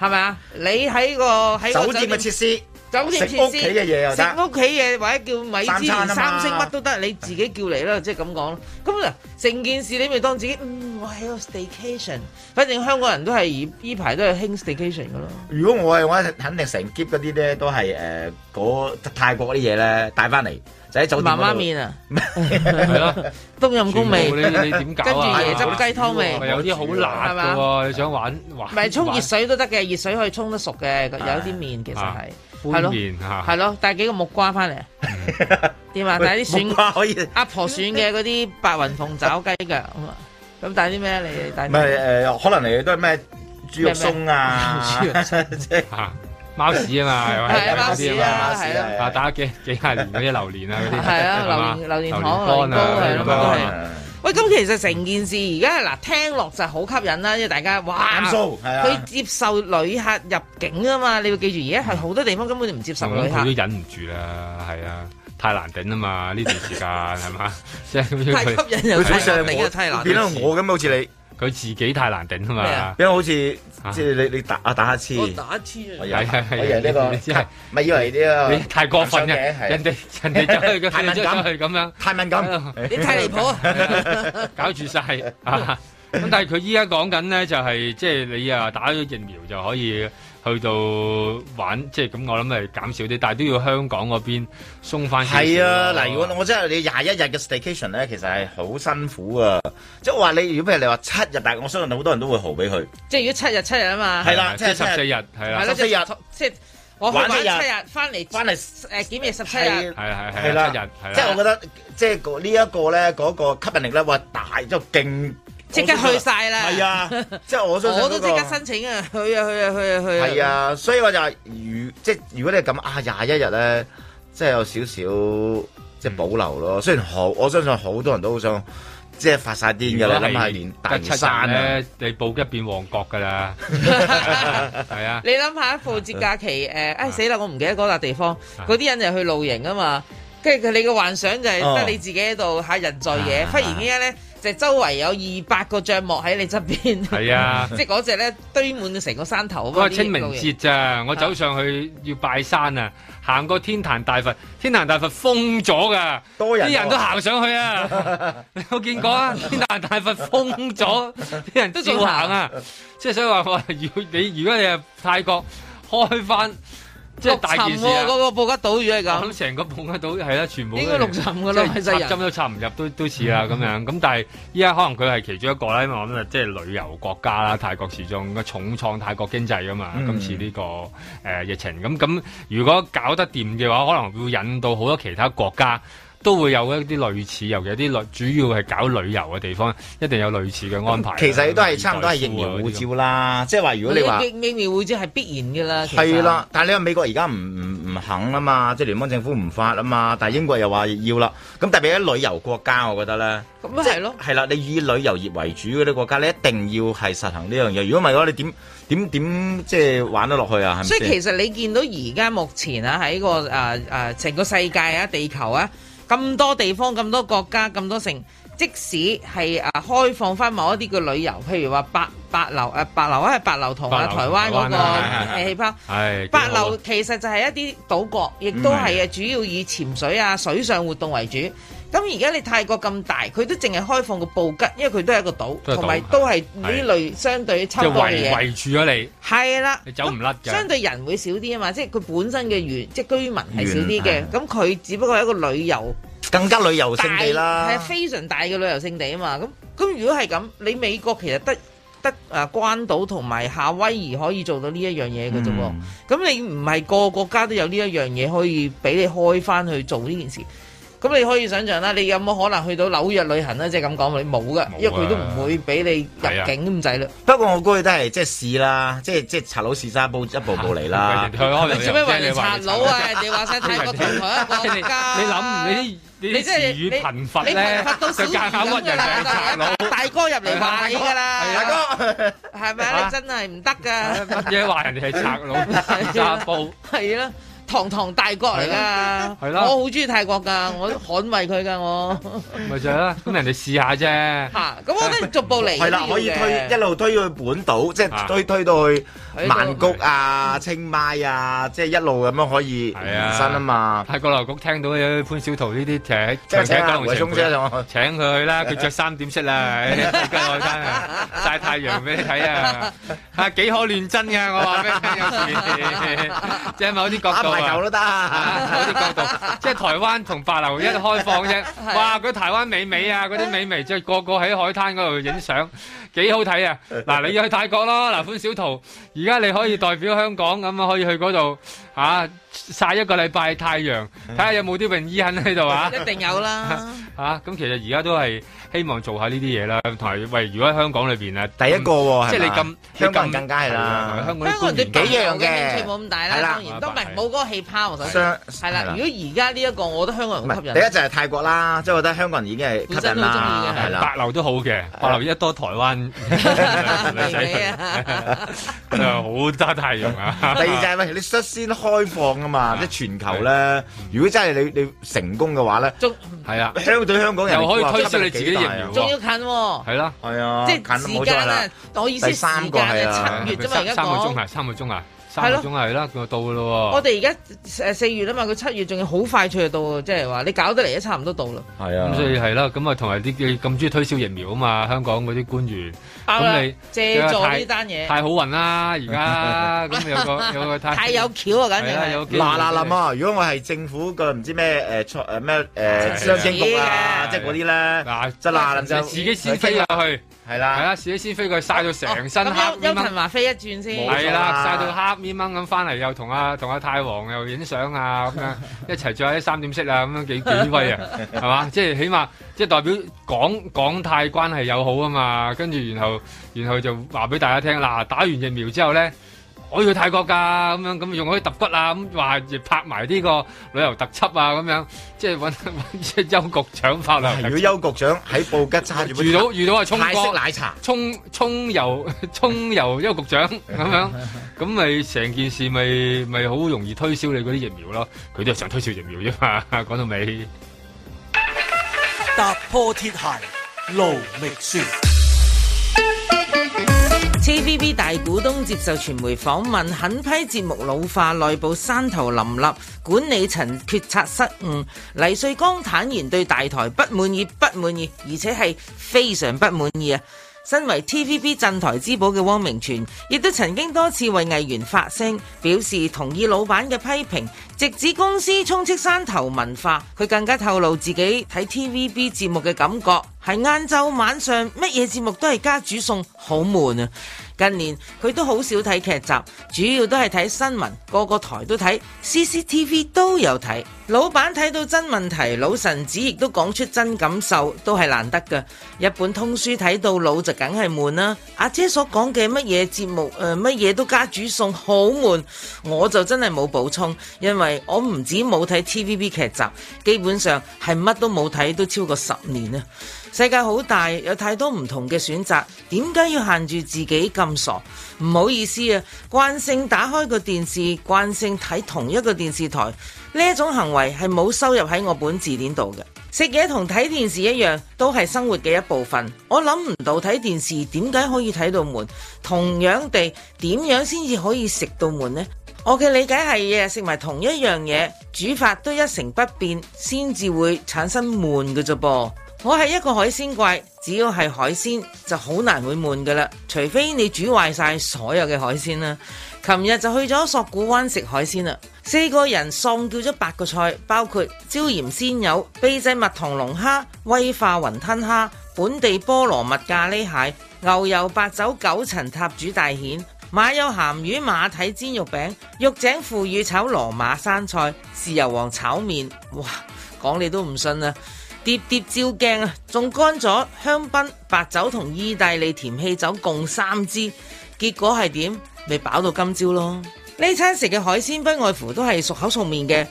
S3: 係咪啊？你喺個喺個
S6: 酒店嘅設施，
S3: 酒店設施
S6: 食屋企嘅嘢又得
S3: 食屋企嘢或者叫米芝
S6: 三餐啊
S3: 蓮
S6: 嘛
S3: 三星乜都得，你自己叫嚟啦，即係咁講咯。咁嗱，成件事你咪當自己，嗯，我喺個 "Ừ, staycation，反正香港人都係以依排都係興 staycation 噶咯。
S6: 如果我係我肯定成箧嗰啲咧，都係誒嗰泰國嗰啲嘢咧帶翻嚟，就喺酒店
S3: 媽
S6: 嗰度
S3: 媽面啊，
S2: 係咯，
S3: 冬陰功味，
S2: 全部你你點搞
S3: 跟住
S2: 啊？
S3: 椰汁雞湯
S2: 咪
S3: 味，
S2: 有啲好辣㗎喎，你想玩玩？
S3: 唔係沖熱水都得嘅，熱水可以沖得熟嘅，有啲面其實
S2: À.
S3: 係
S2: 係
S3: 係咯
S2: 面嚇，
S3: 係咯，帶幾個木瓜翻嚟啊，點啊？
S6: 啊喂
S3: 帶啲
S6: 木
S3: 選
S6: 瓜可以
S3: 阿婆選嘅嗰啲白雲鳳爪雞腳咁啊，咁帶啲咩？你帶啲
S6: 唔係誒，可能嚟都係咩豬肉鬆啊，
S3: 咩咩
S6: [laughs] 即係
S2: 貓屎啊嘛，又係
S6: 係
S2: 嗰啲
S6: 貓
S2: 啊嘛
S6: 屎啊係，啊
S2: 啊打幾幾廿年嗰啲榴蓮啊嗰啲，
S3: 係啊
S2: 嘛
S3: 榴蓮榴蓮糖
S2: 榴蓮乾啊
S3: 榴蓮
S2: 咁
S3: 糕係咯
S2: 樣
S3: 都係喂，咁其實成件事而家嗱聽落就好吸引啦，因為大家哇，
S6: 減數係啊
S3: 佢接受旅客入境啊嘛，你要記住，而
S6: 嗯
S3: 家係好多地方根本就唔接受
S2: 我諗
S3: 旅
S2: 佢
S3: 客
S2: 都。忍唔住啦，係啊，太難頂啊嘛！呢段時
S3: [laughs]
S2: 間係嘛，即係咁樣
S3: 太
S2: 佢
S3: 吸引又太
S6: 佢想
S3: 難啊頂又太難頂
S6: 變咗我咁好似你，
S2: 佢自己太難頂啊
S6: 咩
S2: 嘛
S6: 啊，變咗好似即係你你打啊打乞
S3: 我
S6: 嗤，
S3: 打黐
S6: 我以
S3: 啊！
S6: 為
S2: 係係係
S6: 我以為呢個
S2: 你知係
S6: 咪以為呢個
S2: 你太過分嘅，
S6: 上頸係
S2: 人哋
S6: [laughs]
S2: 人哋走去
S6: 太
S2: 咁，
S6: 敏
S2: 走
S6: 感
S2: 去咁樣，
S6: 太敏感，
S2: Ờ.
S3: 你
S2: [laughs]
S3: 太離譜啊！
S2: 搞住晒啊！咁但係佢依家講緊咧，就係即係你啊打咗疫苗就可以去到玩，即係咁我諗係減少啲，但係都要香港嗰邊鬆翻少少咯。
S6: 係啊，嗱，如果我真係你廿一日嘅 staycation 咧，其實係好辛苦啊！即係話你，如果譬如你話七日，但係我相信好多人都會豪俾佢。
S3: 即係如果七日七日啊嘛，
S6: 係啦
S2: 即係
S6: 即係
S2: 十四日係啦
S3: 係，咯，
S6: 十四日
S3: 即係我去玩
S6: 玩
S3: 七
S6: 一日
S3: 日，翻嚟
S6: 翻嚟
S3: 誒檢疫十七
S6: 係
S3: 日
S6: 啊。
S2: 係係係
S6: 係
S2: 啦，
S6: 啦
S2: 七日係啦，
S6: 即係我覺得，即係個呢一個咧，嗰個吸引力咧，哇大咗勁，
S3: 即刻去晒啦！[laughs]
S6: 係啊，即係我相信
S3: 我都
S6: 嗰
S3: 即
S6: 個
S3: 刻申請啊！去啊去啊去啊去啊！
S6: 係，啊，所以我就係如即係如果你咁啊廿一日咧，即係有少少即係保留咯。雖然好，我相信好多人都好想即係發晒癲㗎啦，諗下連大嶼山啊，
S2: 咧，你報一變旺角噶
S6: [laughs]
S2: 啦，係啊，
S3: 你諗下，復活節假期誒，唉死啦！我唔記得嗰笪地方，嗰啲人就去露營啊嘛。跟住佢你嘅幻想就係
S6: 哦
S3: 得你自己喺度嚇人在
S2: 啊
S3: 野，忽然之間咧就周圍有二百個帳幕喺你側邊。
S2: 係啊
S3: [laughs] 即係嗰只咧堆滿成個山頭啊
S2: 嗰
S3: 嘛。
S2: 個
S3: 啲
S2: 清明
S3: 露營
S2: 節咋，我走上去要拜山啊，行過天壇大佛，天壇大佛封咗噶，
S6: 多人啊
S2: 啲人都行上去啊，你有見過
S6: [laughs]
S2: 啊？天壇大佛封咗，啲人都照行啊，即係所以話我話如果你如果你係泰國開翻，即係大件事
S3: 六
S2: 啊
S3: 層喎嗰。個布吉島魚係
S2: 我
S3: 咁
S2: 諗。成個碰得到係啦，全部
S3: 應該六浸㗎啦
S2: 即係
S3: 其實人嗯
S2: 插針都插唔入，都都似啊啦咁樣。咁但係依家可能佢係其中一個啦，因為我諗啊，即係旅遊國家啦，泰國始終個重創泰國經濟噶啊嘛。
S6: 嗯
S2: 今次呢、個誒、呃疫情，咁咁如果搞得掂嘅話，可能會引到好多其他國家。都會有一啲類似，尤其係啲旅主要係搞旅遊嘅地方，一定有類似嘅安排。啊
S6: 其實都係差唔多係疫苗護
S2: 護
S6: 照啦。即係話如果你話
S3: 疫疫苗護照係必然嘅啦。其實
S6: 係啦，但係你話美國而家唔唔唔肯啊嘛，即係聯邦政府唔發啊嘛，但係英國又話要啦。咁特別喺旅遊國家，我覺得咧。
S3: 咁咪係咯。
S6: 係啦，你以旅遊業為主嗰啲國家，你一定要係實行呢樣嘢。如果唔係嘅話，你點點點即係玩得落去啊？係咪
S3: 所以
S6: 先？
S3: 其實你見到而家目前啊，喺個誒誒成個世界啊、地球啊，咁多地方、咁多國家、咁多城，即使係誒、啊開放翻某一啲嘅旅遊，譬如話白白流誒白流啊，係白流同啊，台
S2: 白流
S3: 灣嗰
S2: 台灣啊
S3: 個
S2: 係係
S3: 誒
S2: 係
S3: 氣泡。
S2: 係啊
S3: 白流其實就係一啲島國，亦都
S2: 嗯
S3: 係啊，主要以潛水啊、水上活動為主。咁而家你泰國咁大，佢都淨係開放個布吉，因為佢都係一個島，
S2: 都係島
S3: 同埋都係呢類相對
S2: 即
S3: 差
S2: 係
S3: 唔多嘅
S2: 圍
S3: 嘢。
S2: 圍住咗你，
S3: 係啦，
S2: 你走唔甩嘅。
S3: 相對人會少啲啊嘛，即係佢本身嘅原即係居民係少啲嘅
S6: 原，
S3: 咁佢只不過係一個旅遊
S6: 更加旅遊勝地啦
S3: 大係非常大嘅旅遊勝地啊嘛。咁咁如果係咁，你美國其實得得誒關島同埋夏威夷可以做到呢一樣嘢嘅啫
S6: 嗯
S3: 喎。咁、你唔係個個國家都有呢一樣嘢可以俾你開翻去做呢件事。咁你可以想象啦，你有冇可能去到紐約旅行咧？即係咁講，你冇
S6: 啊
S3: 噶，因為佢都唔會俾你入境咁滯啦。
S6: 不過我估佢都係即係試啦，即係即係賊佬試沙煲一步步嚟
S2: [laughs]
S6: 啦。
S2: 人哋去開旅遊
S3: 做咩話人賊佬啊？人哋話晒泰國同台一個國家。
S2: 你諗你啲你啲
S3: 真係
S2: 詞語貧乏
S3: 你貧
S2: 咧
S3: 乏到，小
S2: 就夾
S3: 魚
S2: 硬
S3: 咁㗎
S2: 屈人
S3: 啦
S2: 哋查佬。
S3: 大哥入嚟話你㗎啦，
S2: 大
S6: 哥
S3: 係咪啊？你真係唔得㗎，
S2: 乜嘢話人哋係賊
S3: [laughs]
S2: 佬揸煲？
S3: 係啦。堂堂大國嚟㗎，
S2: 係啦
S3: 我好中意泰國㗎，我捍衞佢㗎，我
S2: 咪就係啦，咁人哋試下啫。
S3: 嚇，咁我覺得逐步嚟
S6: 係啦，
S3: 都要
S6: 可以推
S3: 嘅
S6: 一路推去本島，即係推推到去曼谷啊、清邁啊，即係一路咁樣可以延伸啊嘛。
S2: 泰國流局聽到有潘小桃呢啲劇，
S6: 即係
S2: 長
S6: 請
S2: 期
S6: 阿
S2: 江
S6: 胡偉忠姐上去，
S2: 請佢去啦，佢着三點式 [laughs] 啦，跟我翻啊，曬太陽俾你睇
S3: [laughs]
S2: 啊，啊幾可亂真㗎，我話俾你 [laughs] 聽有時，即係某啲角度
S6: 打排球
S2: 啊
S6: 都。得啊。
S2: 啊某啲角度，即係台灣同白流一開放啫。哇！嗰啲台灣美眉啊，嗰啲美眉即係個個喺海灘嗰度影相，幾好睇啊！嗱，你去泰國咯，嗱，潘小桃，而家你可以代表香港咁啊，可以去嗰度啊曬一個禮拜太陽，睇下有冇啲泳衣痕喺度啊！
S3: 一定有
S2: [laughs]
S3: 啦。
S2: 啊，咁其實而家都係希望做下呢啲嘢啦，同埋喂，如果喺香港裏邊啊，
S6: 第一個喎
S2: 即係你
S6: 係
S2: 咁
S6: 嘛，香港
S2: 你咁
S6: 人更加係啦
S2: 同埋香港
S3: 香
S2: 啲
S3: 港人對
S2: 官員
S3: 白
S6: 幾樣
S3: 流嘅
S6: 嘅
S3: 興趣冇咁大
S6: 係
S3: 啦，
S6: 啦
S3: 當然都唔係
S6: 白
S3: 冇嗰個氣泡，我想
S6: 相
S3: 係
S6: 係
S3: 啦
S6: 啦。
S3: 如果而家呢一個，我覺得香港
S6: 唔
S3: 人好吸引。
S6: 係，第一就係泰國啦，即係我覺得香港人已經係吸引啦，係
S2: 白
S6: 啦。
S2: 流都好嘅，白流一多台灣女仔去，真係好揸太陽啊！
S6: [laughs] 第二就係喂，你率先開放啊嘛，即係全球咧。如果真係你你成功嘅話咧，
S2: 係啊，
S6: 香對香港人
S2: 又可以推銷
S6: 銷
S2: 你自己疫苗
S3: 仲
S2: 喎，
S3: 要近喎，
S2: 係啦，
S6: 係啊
S3: 即係時間啦。我意思
S2: 第
S3: 時間
S2: 三個係
S3: 係
S2: 啊
S3: 七月啫嘛，而家
S2: 三個鐘
S3: 講。
S2: 啊，三個鐘啊，三個鐘係啦，佢到噶咯
S3: 我哋而家誒四月啊嘛，佢七月仲要好快脆就到喎，即係話你搞得嚟都差唔多到啦。
S2: 喎，係啊咁所以係啦，咁啊同埋啲嘅咁中意推銷疫苗啊嘛，香港嗰啲官
S3: 啱
S2: 員，
S3: 啦
S2: 咁你
S3: 借助
S2: 太
S3: 呢單嘢
S2: 太好運啦，而家啊咁有
S3: [laughs]
S2: 個有個太
S3: 太有橋啊，簡直
S2: 係啊有
S3: 係。
S2: 機會
S6: 嗱嗱臨啊！如果我係政府個唔知咩誒錯誒咩
S2: 啊
S6: 誒商經局啊，即係嗰啲咧，就嗱臨就
S2: 自己先飛入去，
S6: 係啦，
S2: 係啦，自己先飛過去，曬到成身
S3: 咁邱
S2: 黑
S3: 邱
S2: 咪
S3: 騰
S2: 掹，
S3: 華飛一轉 [laughs] 先。
S2: [laughs] 係啦，曬到黑咪掹咁翻嚟，又同阿同阿太皇又影相啊咁樣，一齊着喺三點式啊咁樣幾幾威啊，係嘛？即係起碼即係代表港港泰關係友好啊嘛，跟住然後然後就話俾大家聽嗱，打完疫苗之後咧。我要去泰國㗎，咁樣咁用嗰啲揼骨啊，咁話亦拍埋呢個旅遊特輯啊，咁樣即係揾揾邱局長拍啦。
S6: 如果邱局長喺布吉揸住杯
S2: 遇到遇到啊，聰
S6: 泰式
S2: 哥
S6: 奶茶，
S2: 沖沖 [laughs] 油沖油一個局
S6: [laughs]
S2: 長咁樣，咁咪成件事咪咪好容易推銷你嗰啲疫苗咯。佢都係想推銷疫苗啫嘛， [laughs] 講到尾。
S1: 踏破鐵鞋路未雪。
S3: TVB 大股東接受傳媒訪問，狠批節目老化、內部山頭林立、管理層決策失誤。黎瑞剛坦言對大台不滿意，不滿意，而且係非常不滿意啊！身為 TVB 鎮台之寶嘅汪明荃，亦都曾經多次為藝員發聲，表示同意老闆嘅批評，直指公司充斥山頭文化。佢更加透露自己睇 TVB 節目嘅感覺係晏晝晚上乜嘢節目都係加煮餸，好悶啊！近年佢都好少睇劇集，主要都係睇新聞，個個台都睇，CCTV 都有睇。老闆睇到真問題，老臣子亦都講出真感受，都係難得㗎。一本通書睇到老就梗係悶啦。阿姐所講嘅乜嘢節目，誒乜嘢都加煮餸，好悶。我就真係冇補充，因為我唔止冇睇 TVB 劇集，基本上係乜都冇睇，都超過十年啦。世界好大，有太多唔同嘅選擇，點解要限住自己咁傻？唔好意思啊，慣性打開個電視，慣性睇同一個電視台，呢一種行為係冇收入喺我本字典度嘅。食嘢同睇電視一樣，都係生活嘅一部分。我諗唔到睇電視點解可以睇到悶，同樣地點樣先至可以食到悶呢？我嘅理解係日日食埋同一樣嘢，煮法都一成不變，先至會產生悶嘅啫噃。我係一個海鮮怪，只要係海鮮就好難會悶噶啦，除非你煮壞晒所有嘅海鮮啦。琴日就去咗索罟灣食海鮮啦，四個人喪叫咗八個菜，啊包括椒鹽鮮魷、秘製蜜糖龍蝦、威化雲吞蝦、本地菠蘿蜜咖喱蟹、牛油白酒九層塔煮大蜆。馬有鹹魚馬蹄煎肉餅、玉井腐乳炒羅馬生菜、豉油皇炒麵，哇！講你都唔信啊！碟碟照鏡啊，仲乾咗香檳、白酒同意大利甜氣酒共三支，結果係點？咪飽到今朝咯！呢餐食嘅海鮮不外乎都係熟口熟面嘅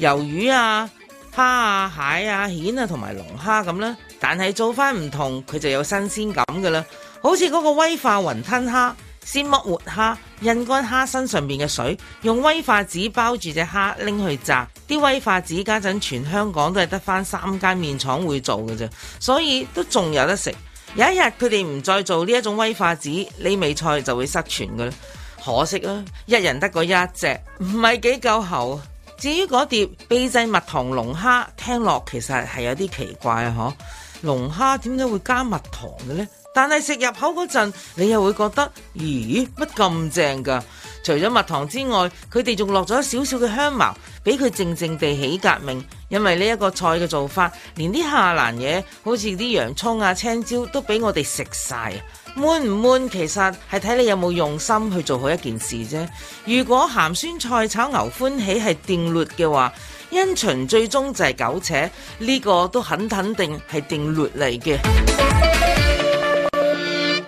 S3: 魷魚啊、蝦啊、蟹啊、蜆啊同埋龍蝦咁啦，但係做翻唔同，佢就有新鮮感噶啦。好似嗰個威化雲吞蝦，先剝活蝦，印乾蝦身上邊嘅水，用威化紙包住隻蝦拎去炸。啲威化紙家陣全香港都係得翻三間麵廠會做嘅啫，所以都仲有得食。有一日佢哋唔再做呢一種威化紙，呢味菜就會失傳噶啦。可惜啊，一人得個一隻，唔係幾夠喉。啊至於嗰碟秘製蜜糖龍蝦，聽落其實係有啲奇怪啊！嗬，龍蝦點解會加蜜糖嘅呢？但係食入口嗰陣，你又會覺得，咦，乜咁正㗎？除咗蜜糖之外，佢哋仲落咗少少嘅香茅，俾佢靜靜地起革命。因為呢一個菜嘅做法，連啲下欄嘢，好似啲洋葱啊、青椒都俾我哋食晒。悶唔悶其實係睇你有冇用心去做好一件事啫。如果鹹酸菜炒牛歡喜係定律嘅話，因循最終就係苟且，呢、個都肯肯定係定律嚟嘅。